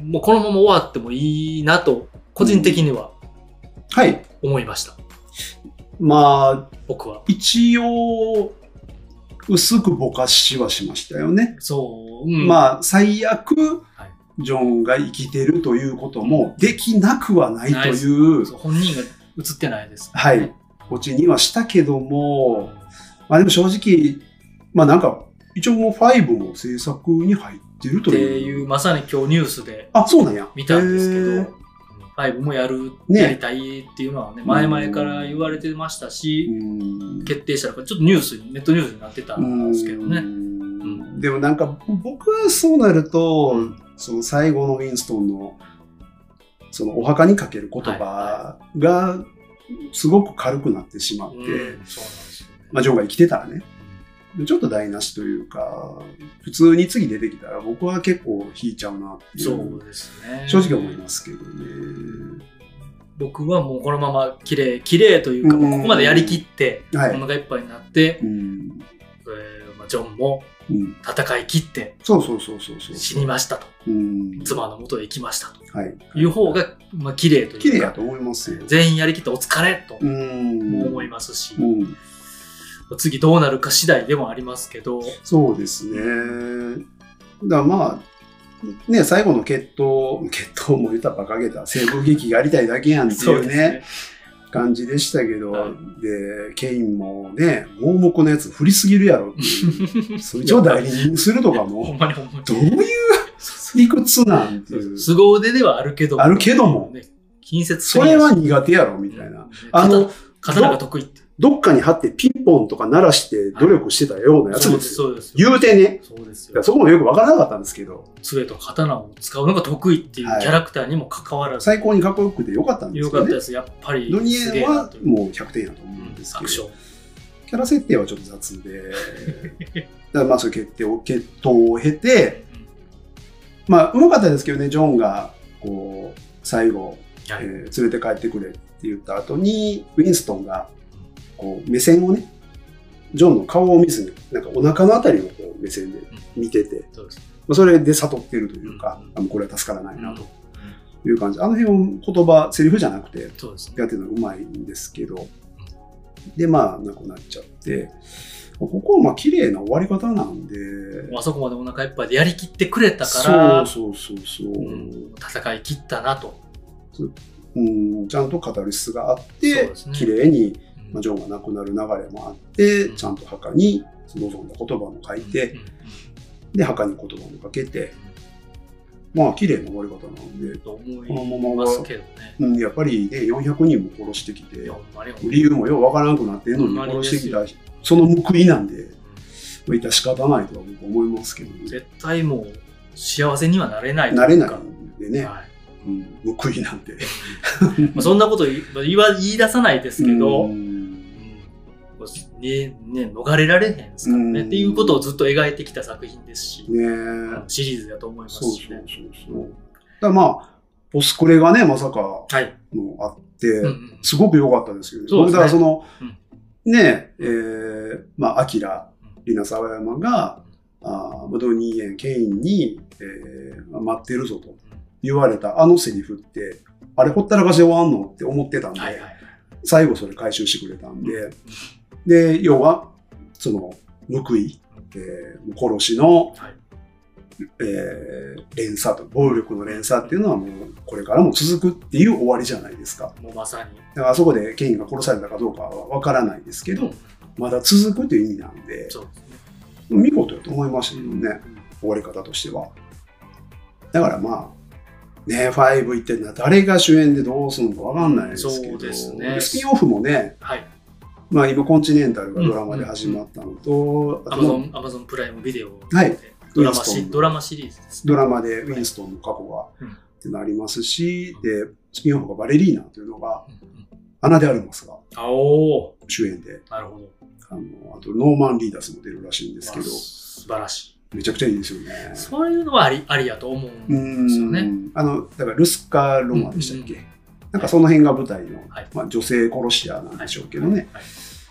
Speaker 1: うんもうこのまま終わってもいいえなと、個人的には
Speaker 2: え。はい。
Speaker 1: 思いました。
Speaker 2: まあ、
Speaker 1: 僕は。
Speaker 2: 一応、薄くぼかしはしましたよね。
Speaker 1: そう、うん
Speaker 2: まあ、最悪
Speaker 1: はい、
Speaker 2: ジョンが生きてるということもできなくはないという、
Speaker 1: そう本人が映ってないですか
Speaker 2: は
Speaker 1: らね、
Speaker 2: い、オチにはしたけども、
Speaker 1: うん
Speaker 2: まあでも正直、まあなんか、一応もう5も制作に入ってる
Speaker 1: って
Speaker 2: という。
Speaker 1: いう、まさに今日ニュースで
Speaker 2: あ、そうなんや。
Speaker 1: 見たんですけ
Speaker 2: へ
Speaker 1: ど
Speaker 2: ー、
Speaker 1: 5もやる、
Speaker 2: ね
Speaker 1: やりたいっていうのはね、前々から言われてましたし、
Speaker 2: うん
Speaker 1: 決定したら、ちょっとニュースに、ネットニュースになってたんですけど
Speaker 2: う
Speaker 1: ね。
Speaker 2: んでもなんか僕はそうなると、その最後のウィンストンのそのお墓にかける言葉がすごく軽くなってしまっ
Speaker 1: う
Speaker 2: て、
Speaker 1: ん、そうなんですよね。
Speaker 2: まあ、ジョンが生きてたらねちょっと台無しというか普通に次出てきたら僕は結構引いちゃうなってい
Speaker 1: そううですね。
Speaker 2: 正直思いますけどね。
Speaker 1: 僕はもうこのまま綺麗綺麗というか、
Speaker 2: うん
Speaker 1: ここまでやりきって、お
Speaker 2: はい
Speaker 1: 腹いっぱいになって
Speaker 2: う、ん
Speaker 1: えーまあジョンも
Speaker 2: うん、
Speaker 1: 戦い切って
Speaker 2: そうそうそうそうそう。
Speaker 1: 死にましたと、
Speaker 2: うん、
Speaker 1: 妻の元へ行きましたと
Speaker 2: はい、
Speaker 1: いう方が、まあ綺麗と
Speaker 2: 綺
Speaker 1: い
Speaker 2: 麗
Speaker 1: う
Speaker 2: や
Speaker 1: か、
Speaker 2: と思いますよ。
Speaker 1: 全員やりきってお疲れと
Speaker 2: うん、
Speaker 1: 思いますし、
Speaker 2: うん
Speaker 1: 次どうなるか次第でもありますけど、
Speaker 2: そうですね。だからまあ、ね、最後の決闘、決闘も言ったら馬鹿げた、西部劇やりたいだけやんっていうね、感じでしたけど、
Speaker 1: はい
Speaker 2: で、ケインもね、盲目のやつ振りすぎるやろっていう、それ以上代理人するとか
Speaker 1: ほん
Speaker 2: も、
Speaker 1: まにほんまに。
Speaker 2: どういう理屈なんていう、
Speaker 1: 凄腕ではあるけども
Speaker 2: あるけども、
Speaker 1: ね、近接
Speaker 2: それは苦手やろみたいな。
Speaker 1: あ
Speaker 2: あ
Speaker 1: の
Speaker 2: の、
Speaker 1: 刀が得意って。
Speaker 2: どっかに貼ってピンポンとか鳴らして努力してたようなやつ
Speaker 1: そう
Speaker 2: で
Speaker 1: です、
Speaker 2: すよ。
Speaker 1: そうです。
Speaker 2: 言うてね。
Speaker 1: そうです
Speaker 2: だから
Speaker 1: よ。
Speaker 2: そこもよくわからなかったんですけど、
Speaker 1: 杖と刀を使うのが得意っていう
Speaker 2: はい
Speaker 1: キャラクターにもかかわらず、
Speaker 2: 最高にかっこよくてよかったんです
Speaker 1: よ
Speaker 2: よ
Speaker 1: かった
Speaker 2: ね
Speaker 1: で。す。やっぱり
Speaker 2: ドニ
Speaker 1: す
Speaker 2: エ
Speaker 1: げえ
Speaker 2: ン
Speaker 1: な
Speaker 2: は
Speaker 1: という。
Speaker 2: もう100点やと
Speaker 1: う
Speaker 2: 思うんんです
Speaker 1: ア
Speaker 2: け
Speaker 1: クシ
Speaker 2: ど、
Speaker 1: ョン。
Speaker 2: キャラ設定はちょっと雑で、だからまあそういう決定を、決闘を経て、
Speaker 1: うん
Speaker 2: まあうまかったですけどね、ジョンがここう、最後、
Speaker 1: は
Speaker 2: え
Speaker 1: い。
Speaker 2: ー連れて帰ってくれって言った後に、ウィンストンが、こう、目線をね、ジョンの顔を見ずに、なんかお腹のあたりをこう目線で見てて、
Speaker 1: そうですね。
Speaker 2: まあ、それで悟ってるというか
Speaker 1: うん、
Speaker 2: あもうこれは助からないな
Speaker 1: うん
Speaker 2: という感じ。あの辺を言葉、セリフじゃなくて、
Speaker 1: そうですね。
Speaker 2: やってるのがうまいんですけど、で、まあ、なくなっちゃって、ここはまあ、綺麗な終わり方なんで、
Speaker 1: もうあそこまでお腹いっぱいでやりきってくれたから、
Speaker 2: そうそうそうそう、
Speaker 1: うん戦い切ったなと。
Speaker 2: うん、ちゃんとカタルシスがあっ
Speaker 1: そう
Speaker 2: て
Speaker 1: ですね、
Speaker 2: 綺麗に、
Speaker 1: うん
Speaker 2: まあ、ジョンが亡くなる流れもあって、
Speaker 1: うん
Speaker 2: ちゃんと墓に望んだ言葉も書いて、
Speaker 1: うんうん
Speaker 2: で、墓に言葉もかけて、まあ、綺麗な終わり方なん
Speaker 1: うん
Speaker 2: で、
Speaker 1: と
Speaker 2: こ
Speaker 1: 思い
Speaker 2: のまま
Speaker 1: ます
Speaker 2: は、
Speaker 1: けどね。
Speaker 2: うん、やっぱりね、400人も殺してきて、
Speaker 1: いや、ほんまに
Speaker 2: 理由もようわからなくなってんのに
Speaker 1: ほんまに
Speaker 2: 殺
Speaker 1: です
Speaker 2: し
Speaker 1: よ
Speaker 2: てきたその報いなんで、まあ、致し方ないとは僕思いますけどね。
Speaker 1: 絶対もう幸せにはなれないと
Speaker 2: 慣れ
Speaker 1: う
Speaker 2: ない
Speaker 1: か
Speaker 2: んでね、
Speaker 1: はい
Speaker 2: うん、報いなんて。で
Speaker 1: まあ、そんなこと言いまあ言わ言い出さないですけど、
Speaker 2: う
Speaker 1: うん
Speaker 2: ん
Speaker 1: ねね、逃れられへんですからね、
Speaker 2: うん
Speaker 1: っていうことをずっと描いてきた作品ですし、
Speaker 2: ねえ、
Speaker 1: シリーズだと思います
Speaker 2: そうそう
Speaker 1: し
Speaker 2: そう
Speaker 1: ね。
Speaker 2: そう。だからまあ、ポスクレがね、まさかの
Speaker 1: はい、
Speaker 2: あって、
Speaker 1: うんうん
Speaker 2: すごく良かったですけど、ね、
Speaker 1: そうですね
Speaker 2: 僕だからその、
Speaker 1: うん
Speaker 2: ねえ、えーまあ、アキラ、リナ・サワヤマが、あーまあドニー・エン・ケインに、えー待ってるぞと言われたあのセリフって、あれほったらかしで終わんのって思ってたんで、
Speaker 1: はいはい
Speaker 2: 最後それ回収してくれたんで、で、要は、その、報い、えー殺しの、
Speaker 1: はい
Speaker 2: えー連鎖と、暴力の連鎖っていうのはもう、これからも続くっていう終わりじゃないですか。
Speaker 1: もうまさに、
Speaker 2: だからあそこでケインが殺されたかどうかはわからないですけど、まだ続くという意味なんで、
Speaker 1: そうですね
Speaker 2: 見事だと思いましたけど
Speaker 1: うん
Speaker 2: ね、終わり方としては。だからまあ、ね、5一体な誰が主演でどうするのかわかんないですけ
Speaker 1: そ
Speaker 2: ど、
Speaker 1: うですね
Speaker 2: スピンオフもね、
Speaker 1: はい、
Speaker 2: まあ、今、コンチネンタルがドラマで始まったのと、あ
Speaker 1: ア
Speaker 2: と
Speaker 1: マゾ
Speaker 2: もう
Speaker 1: ンアマゾンプライムビデオで、
Speaker 2: はい
Speaker 1: ドラマ
Speaker 2: ウィンスト
Speaker 1: シ
Speaker 2: ン
Speaker 1: ドラマシリーズですね。
Speaker 2: ドラマでウィンストンの過去が
Speaker 1: うん
Speaker 2: ってなりますし、で、スピンオフがバレリーナというのが、
Speaker 1: うんうん
Speaker 2: アナ・でアルマスが
Speaker 1: あお
Speaker 2: 主演で、
Speaker 1: ーなるほど。
Speaker 2: あのあと、ノーマン・リーダスも出るらしいんですけ
Speaker 1: まあ
Speaker 2: ど、
Speaker 1: 素晴らし
Speaker 2: めちゃくちゃいいですよね
Speaker 1: い。。そういうのはありありやと思うん
Speaker 2: う
Speaker 1: ですよね。
Speaker 2: ん。あの、だから、ルスカ・ロマでしたっけ、
Speaker 1: うん
Speaker 2: なんかその辺が舞台の、
Speaker 1: はい
Speaker 2: まあ、女性殺し屋なんでしょうけどね、
Speaker 1: はい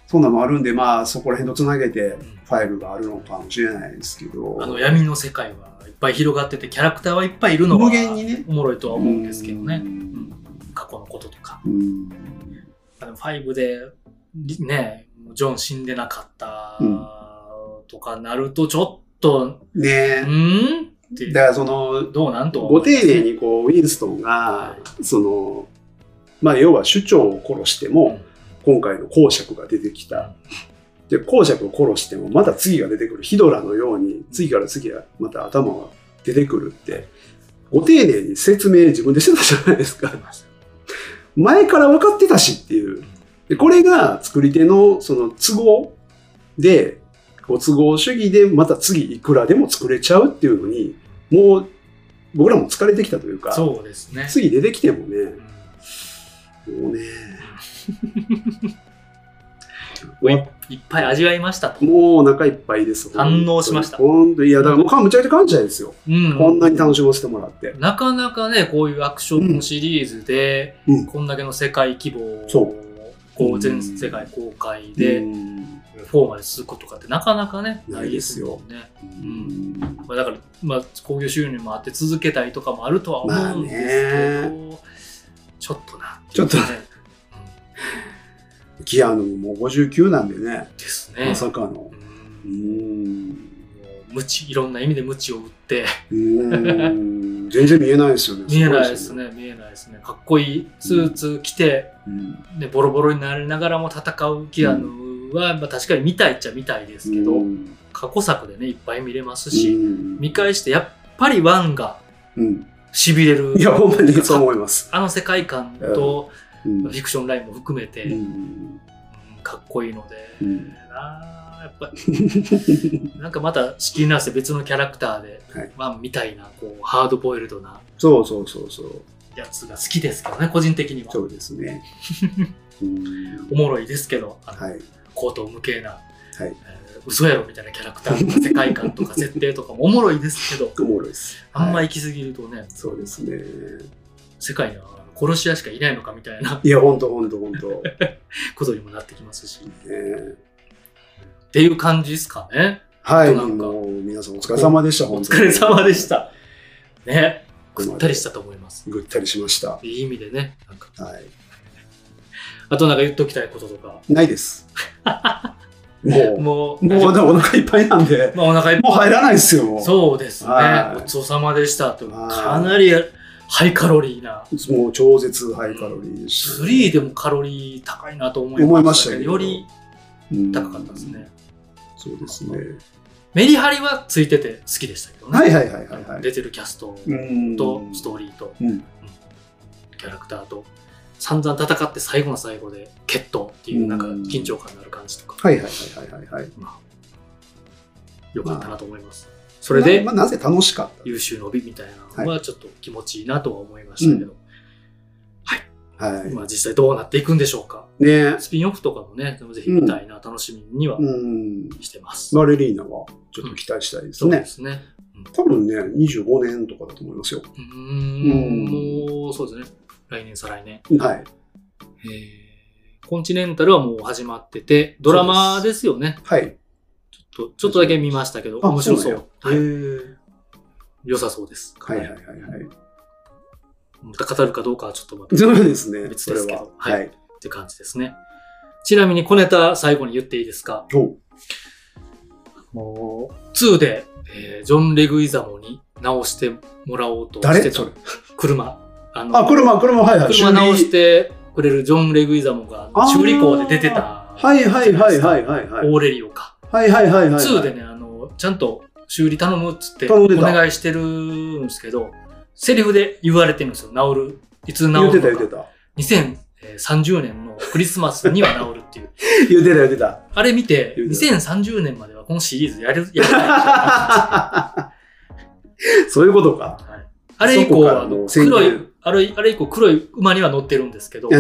Speaker 2: そんなのもあるんで、まあそこら辺とつなげて
Speaker 1: ん
Speaker 2: ファイルがあるのかもしれないですけど、
Speaker 1: あの闇の世界はいっぱい広がっててキャラクターはいっぱいいるのが
Speaker 2: 無限にね
Speaker 1: おもろいとは思うんですけどね
Speaker 2: う
Speaker 1: うん
Speaker 2: ん
Speaker 1: 過去のこととか
Speaker 2: うん
Speaker 1: あの5でりねジョン死んでなかった
Speaker 2: うん
Speaker 1: とかなるとちょっと
Speaker 2: ね
Speaker 1: う
Speaker 2: え、
Speaker 1: ーんって
Speaker 2: だからその
Speaker 1: どうなんとは思
Speaker 2: ご
Speaker 1: うんです
Speaker 2: 丁
Speaker 1: けど
Speaker 2: 寧にこうウィンストンが
Speaker 1: は
Speaker 2: そのまあ要は首長を殺しても今回の公爵が出てきたで公爵を殺してもまた次が出てくるヒドラのように次から次がまた頭が出てくるってご丁寧に説明自分でしてたじゃないですか
Speaker 1: うん
Speaker 2: 前から分かってたしっていう。でこれが作り手のその都合で、ご都合主義でまた次いくらでも作れちゃうっていうのに、もう僕らも疲れてきたというか、
Speaker 1: そうですね
Speaker 2: 次出てきてもね
Speaker 1: う、ん
Speaker 2: もうね、
Speaker 1: おいいっぱい味わいましたと
Speaker 2: もうお腹いっぱいです。
Speaker 1: 堪能しました
Speaker 2: 本当にいや、だからもうむちゃくちゃ感謝ですよ。
Speaker 1: うん
Speaker 2: こんなに楽しませてもらって。
Speaker 1: なかなかね、こういうアクションシリーズで、
Speaker 2: うんうん
Speaker 1: こんだけの世界規模
Speaker 2: そ
Speaker 1: を
Speaker 2: う
Speaker 1: こう全世界公開で、
Speaker 2: うん
Speaker 1: フォーマルすることかってなかなかね、
Speaker 2: ないですよ
Speaker 1: ないですもんね。まあ、だから、まあ、興行収入もあって続けたりとかもあるとは
Speaker 2: まあ
Speaker 1: 思うん
Speaker 2: ね
Speaker 1: ですけど、ちょっとなて
Speaker 2: ち
Speaker 1: い
Speaker 2: ょ
Speaker 1: う
Speaker 2: っと
Speaker 1: ね、
Speaker 2: キアヌももう59なんでね、
Speaker 1: ですね。
Speaker 2: まさかの
Speaker 1: う。
Speaker 2: うんん
Speaker 1: もう無知いろんな意味で無知を打って
Speaker 2: うーん全然見えないですよね。
Speaker 1: 見えないです
Speaker 2: ご
Speaker 1: ね見えないですねかっこいいスーツ着て、
Speaker 2: うん。
Speaker 1: ね、ボロボロになりながらも戦うキアヌは、まあ、確かに見たいっちゃ見たいですけど、
Speaker 2: うん
Speaker 1: 過去作でねいっぱい見れますし、
Speaker 2: うん
Speaker 1: 見返してやっぱりワンが
Speaker 2: うん
Speaker 1: しびれる
Speaker 2: いや、ほんまにそう思います。
Speaker 1: あの世界観と
Speaker 2: うん
Speaker 1: フィクションラインも含めて、う
Speaker 2: う
Speaker 1: ん
Speaker 2: ん
Speaker 1: かっこいいので、
Speaker 2: うん
Speaker 1: なあやっぱ なんかまた仕切り直して別のキャラクターで、
Speaker 2: はい
Speaker 1: ワンみたいなこうハードボイルドな
Speaker 2: そうそうそうそう。
Speaker 1: やつが好きですけどね個人的には
Speaker 2: そうです ね。うん
Speaker 1: おもろいですけどあの
Speaker 2: はい。
Speaker 1: 高等無形な、
Speaker 2: い
Speaker 1: えー嘘やろみたいなキャラクターとか世界観とか設定とかもおもろいですけど
Speaker 2: おもろいです。
Speaker 1: あんま
Speaker 2: り。
Speaker 1: 行き過ぎるとね、
Speaker 2: そうですね。
Speaker 1: 世界には殺し屋しかいないのかみたいない
Speaker 2: や、ほんとほんとほんと。ね
Speaker 1: ことにもなってきますし。っ
Speaker 2: え
Speaker 1: ていう感じですかね。
Speaker 2: はい、
Speaker 1: なんか
Speaker 2: もう皆さんお疲れ様でした、
Speaker 1: お
Speaker 2: 本
Speaker 1: 疲れ様でした。ね。
Speaker 2: ここまで
Speaker 1: ぐったりしたと思います。
Speaker 2: ぐったりしました。
Speaker 1: いい意味でね。なんか
Speaker 2: は
Speaker 1: あとなんか言っときたいこととか。
Speaker 2: い。な いです。も
Speaker 1: もう、
Speaker 2: う、もう、でもお腹いっぱいなんで、
Speaker 1: まあお腹いっぱ
Speaker 2: もう入らないですよ、も
Speaker 1: い。
Speaker 2: う。
Speaker 1: そうですね
Speaker 2: は。
Speaker 1: ご
Speaker 2: い
Speaker 1: ちそうさまでしたと。
Speaker 2: はい
Speaker 1: かなりハイカロリーな。
Speaker 2: もう超絶ハイカロリーでした。
Speaker 1: 3でもカロリー高いなと思
Speaker 2: 思
Speaker 1: い
Speaker 2: いま
Speaker 1: ま
Speaker 2: し
Speaker 1: したた
Speaker 2: け
Speaker 1: け
Speaker 2: ど
Speaker 1: ど、より
Speaker 2: うん
Speaker 1: 高かったです。ね。
Speaker 2: そうですね。
Speaker 1: メリハリはついてて好きでしたけどね。
Speaker 2: はいはいはいはいはい。
Speaker 1: 出てるキャスト
Speaker 2: うん
Speaker 1: とストーリーと、
Speaker 2: うん
Speaker 1: キャラクターと散々戦って最後の最後で決闘っていうなんか
Speaker 2: うん
Speaker 1: 緊張感のある感じとか、
Speaker 2: はいはいはいはいはいはい。
Speaker 1: まあ、よかったなと思います、それで
Speaker 2: な,、まあ、なぜ楽しかっ
Speaker 1: 優秀の美みたいなのはちょっと気持ちいいなとは思いましたけど、
Speaker 2: たはい。
Speaker 1: まあ、実際どうなっていくんでしょうか
Speaker 2: ね
Speaker 1: スピンオフとかもねぜひ見たいな、楽しみには
Speaker 2: うん。
Speaker 1: してます、
Speaker 2: バレリーナはちょっと期待したいです
Speaker 1: そう
Speaker 2: ね。
Speaker 1: ですね
Speaker 2: 多分ね、25年とかだと思いますよ。
Speaker 1: うー
Speaker 2: うん
Speaker 1: んもうそうですね来年再来年
Speaker 2: はい。
Speaker 1: えーコンチネンタルはもう始まってて、ドラマですよね。
Speaker 2: はい。
Speaker 1: ちょっとちょっとだけ見ましたけど、面白そう。
Speaker 2: なん
Speaker 1: はい
Speaker 2: やへー
Speaker 1: 良さそうです。
Speaker 2: はいはいはいはい。
Speaker 1: また語るかどうかはちょっとまたっ
Speaker 2: そうですね。
Speaker 1: 別ですけど
Speaker 2: それは。
Speaker 1: は
Speaker 2: はいい。
Speaker 1: て感じですね。ちなみに小ネタ最後に言っていいですか
Speaker 2: おう
Speaker 1: もう、2で、えージョン・レグイザモに直してもらおうとして
Speaker 2: 誰
Speaker 1: た
Speaker 2: それ。
Speaker 1: 車。あの
Speaker 2: あ、車、車、はいはい。
Speaker 1: 車直し
Speaker 2: 修理。
Speaker 1: てくれるジョン・レグイザモが
Speaker 2: あー
Speaker 1: 修理工で出てた。
Speaker 2: はいはいはいはいはいはい。
Speaker 1: オーレリオか。
Speaker 2: はいはいはいはいはい。
Speaker 1: 2でね、あの、ちゃんと修理頼むっつって
Speaker 2: 頼
Speaker 1: お
Speaker 2: んでた
Speaker 1: 願いしてるんですけど、セリフで言われてるんですよ。治る。いつ治る
Speaker 2: 言
Speaker 1: の
Speaker 2: ってた言って
Speaker 1: か。
Speaker 2: た。
Speaker 1: 2030年のクリスマスには治るって いう。
Speaker 2: 言ってた言ってた。
Speaker 1: あれ見て、
Speaker 2: 言うて
Speaker 1: 2030年まではこのシリーズや る、やる ない。
Speaker 2: そういうことか。
Speaker 1: はいあれ以降、あ
Speaker 2: そこから
Speaker 1: の
Speaker 2: の宣
Speaker 1: 黒
Speaker 2: 言
Speaker 1: い、あれ、あれ以降黒い馬には乗ってるんですけど、
Speaker 2: え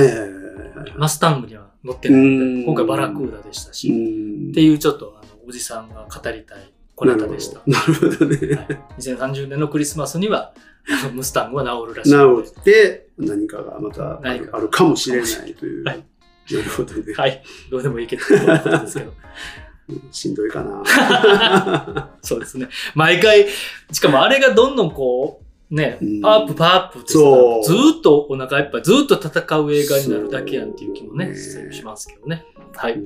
Speaker 2: え
Speaker 1: マスタングには乗ってないん
Speaker 2: う
Speaker 1: で、
Speaker 2: ん
Speaker 1: 今回バラクーダでしたし、
Speaker 2: ん
Speaker 1: っていうちょっとあのおじさんが語りたい小ネタでした。
Speaker 2: なるほどね。
Speaker 1: はい2030年のクリスマスには、あのムスタングは治るらしいので
Speaker 2: 治って何かがまたあ
Speaker 1: 何
Speaker 2: る
Speaker 1: か
Speaker 2: あるかもしれないという。
Speaker 1: は
Speaker 2: ないるほどね。
Speaker 1: はい。どうでもいいけど、 ということですけど。
Speaker 2: しんどい かな。
Speaker 1: そうですね。毎回、しかもあれがどんどんこう、ね
Speaker 2: うん、
Speaker 1: パワーアップパワーアップってさ
Speaker 2: そう
Speaker 1: ずーっとお腹いっぱい、ずーっと戦う映画になるだけやんっていう気もね、
Speaker 2: そうね
Speaker 1: しますけどね。は
Speaker 2: う
Speaker 1: い。
Speaker 2: ん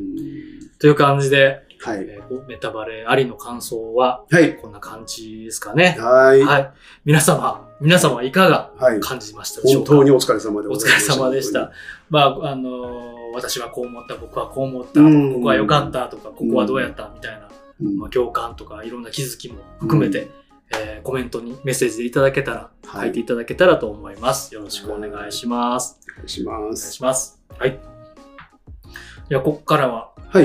Speaker 1: という感じで、
Speaker 2: はい。
Speaker 1: えーネタバレありの感想は、
Speaker 2: はい。
Speaker 1: こんな感じですかね。
Speaker 2: はい。
Speaker 1: はい。皆様、皆様はいかが
Speaker 2: はい。
Speaker 1: 感じましたでしょ
Speaker 2: 本
Speaker 1: うか
Speaker 2: 当にお疲れ様で
Speaker 1: お
Speaker 2: ご
Speaker 1: 疲
Speaker 2: ざいま
Speaker 1: れ
Speaker 2: した。
Speaker 1: 様でした。。まあ、あのー私はこう思った、僕はこう思った、
Speaker 2: うん
Speaker 1: ここは良かったとか、ここはどうやったみたいな、
Speaker 2: うん
Speaker 1: まあ、共感とかいろんな気づきも含めて、えーコメントにメッセージでいただけたら、
Speaker 2: は
Speaker 1: 書
Speaker 2: い
Speaker 1: いていただけたらと思います。よろしくお願いします。
Speaker 2: お願いしま
Speaker 1: お願い
Speaker 2: す。
Speaker 1: します。はい。では、ここからは、
Speaker 2: は
Speaker 1: え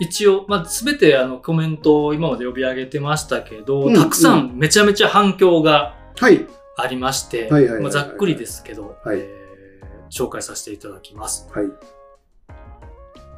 Speaker 2: い。
Speaker 1: ー一応、まあ、すべてあのコメントを今まで呼び上げてましたけど、
Speaker 2: うん
Speaker 1: たくさんめちゃめちゃ反響が
Speaker 2: はい。
Speaker 1: ありまして、
Speaker 2: はいはいはいはい
Speaker 1: まあざっくりですけど、
Speaker 2: はい
Speaker 1: えー紹介させていただきます。
Speaker 2: はい。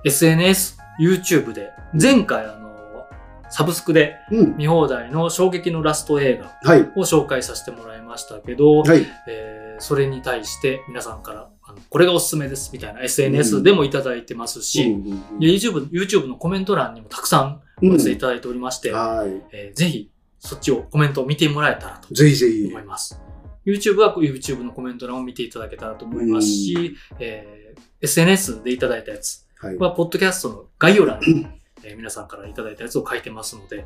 Speaker 1: SNS、YouTube で、前回あの、サブスクで
Speaker 2: うん。
Speaker 1: 見放題の衝撃のラスト映画
Speaker 2: はい。
Speaker 1: を紹介させてもらいましたけど、
Speaker 2: はい。
Speaker 1: えーそれに対して皆さんからあの、これがおすすめですみたいな SNS でもいただいてますし、
Speaker 2: うんうんうん
Speaker 1: で YouTube, YouTube のコメント欄にもたくさんお寄せいただいておりまして、
Speaker 2: は
Speaker 1: えーぜひそっちをコメントを見てもらえたらと
Speaker 2: い。ぜひぜひ
Speaker 1: 思い。ます。YouTube は YouTube のコメント欄を見ていただけたらと思いますし、えー SNS でいただいたやつ
Speaker 2: はい。
Speaker 1: は、ポッドキャストの概要欄に、えー皆さんからいただいたやつを書いてますので、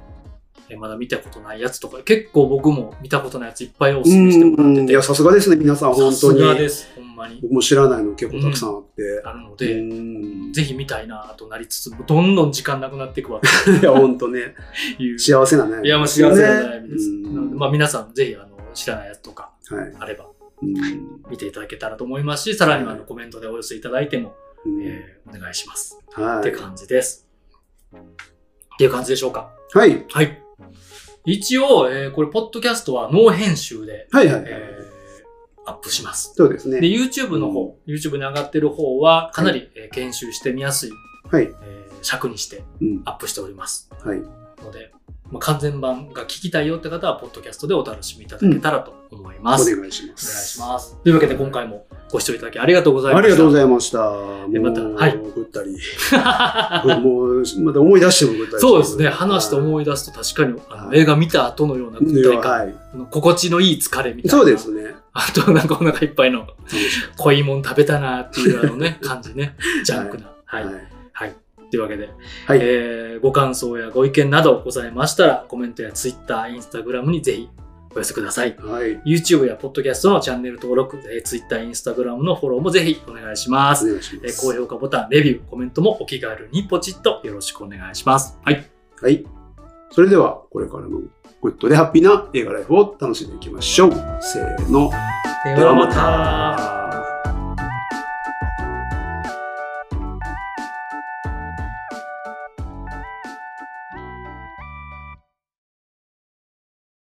Speaker 1: えーまだ見たことないやつとか、結構僕も見たことないやついっぱいお
Speaker 2: う
Speaker 1: 勧めしてもらって
Speaker 2: ん。い
Speaker 1: て、
Speaker 2: や、さすがですね、皆さん、本
Speaker 1: さ
Speaker 2: 当
Speaker 1: すがで
Speaker 2: に。
Speaker 1: す、ほんまに。
Speaker 2: 僕も知らないの結構たくさんあって。
Speaker 1: あるので、
Speaker 2: うん
Speaker 1: ぜひ見たいなとなりつつ、もどんどん時間なくなっていくわ
Speaker 2: いや、本当ね。
Speaker 1: という。
Speaker 2: 幸せなね。
Speaker 1: いや、もう幸せな悩みです。
Speaker 2: うん
Speaker 1: なので、まあ皆さんぜひ、あの、知らないやつとか
Speaker 2: はい。
Speaker 1: あれば、
Speaker 2: うん
Speaker 1: 見ていただけたらと思いますし、さらにはあのコメントでお寄せいただいても、
Speaker 2: うん
Speaker 1: えーお願いします。
Speaker 2: は
Speaker 1: って
Speaker 2: い。
Speaker 1: 感じです。っていう感じでしょうか。
Speaker 2: はい。
Speaker 1: はい。一応、えーこれ、ポッドキャストはノー編集で、
Speaker 2: はいはいはい。
Speaker 1: えーアップします。
Speaker 2: そうです
Speaker 1: で、
Speaker 2: ね。
Speaker 1: YouTube の方、YouTube に上がってる方は、かなり、えー研修してみやすい、
Speaker 2: はい。
Speaker 1: えー尺にして
Speaker 2: うん。
Speaker 1: アップしております
Speaker 2: はい。
Speaker 1: ので、まあ、完全版が聞きたいよって方は、ポッドキャストでお楽しみいただけたらと思い
Speaker 2: お
Speaker 1: ます。お願い
Speaker 2: 願いしま
Speaker 1: し
Speaker 2: す。
Speaker 1: ます。というわけで、今回もご視聴いただきありがとうございま
Speaker 2: あ
Speaker 1: した。
Speaker 2: りがとうご
Speaker 1: い
Speaker 2: ざいました。
Speaker 1: でまた
Speaker 2: もう
Speaker 1: はい
Speaker 2: ぐったり。
Speaker 1: ます。
Speaker 2: もう、また思い出してもぐったり。
Speaker 1: そうですね。話して思い出すと確かにあの
Speaker 2: はい
Speaker 1: 映画見た後のような
Speaker 2: い
Speaker 1: 具体
Speaker 2: や
Speaker 1: 感、
Speaker 2: はい。
Speaker 1: あの心地のいい疲れみたいな。
Speaker 2: そうですね。
Speaker 1: あとなんかお腹いっぱいの濃いもん食べたなっていうあのね、感じ ね。ジャンクな。はい。はい。というわけで、
Speaker 2: はい
Speaker 1: えーご感想やご意見などございましたら、コメントや Twitter、Instagram にぜひお寄せください。
Speaker 2: はい。はい。
Speaker 1: YouTube や Podcast のチャンネル登録、えー Twitter、Instagram のフォローもぜひお願いします
Speaker 2: お。願いしま
Speaker 1: えー
Speaker 2: す。
Speaker 1: 高評価ボタン、レビュー、コメントもお気軽にポチッとよろしくお願いします。はい。
Speaker 2: はい。それでは、これからもグッドでハッピーな映画ライフを楽しんでいきましょう。せーの。
Speaker 1: で
Speaker 2: で
Speaker 1: は
Speaker 2: は
Speaker 1: ま
Speaker 2: ま
Speaker 1: た。
Speaker 2: た。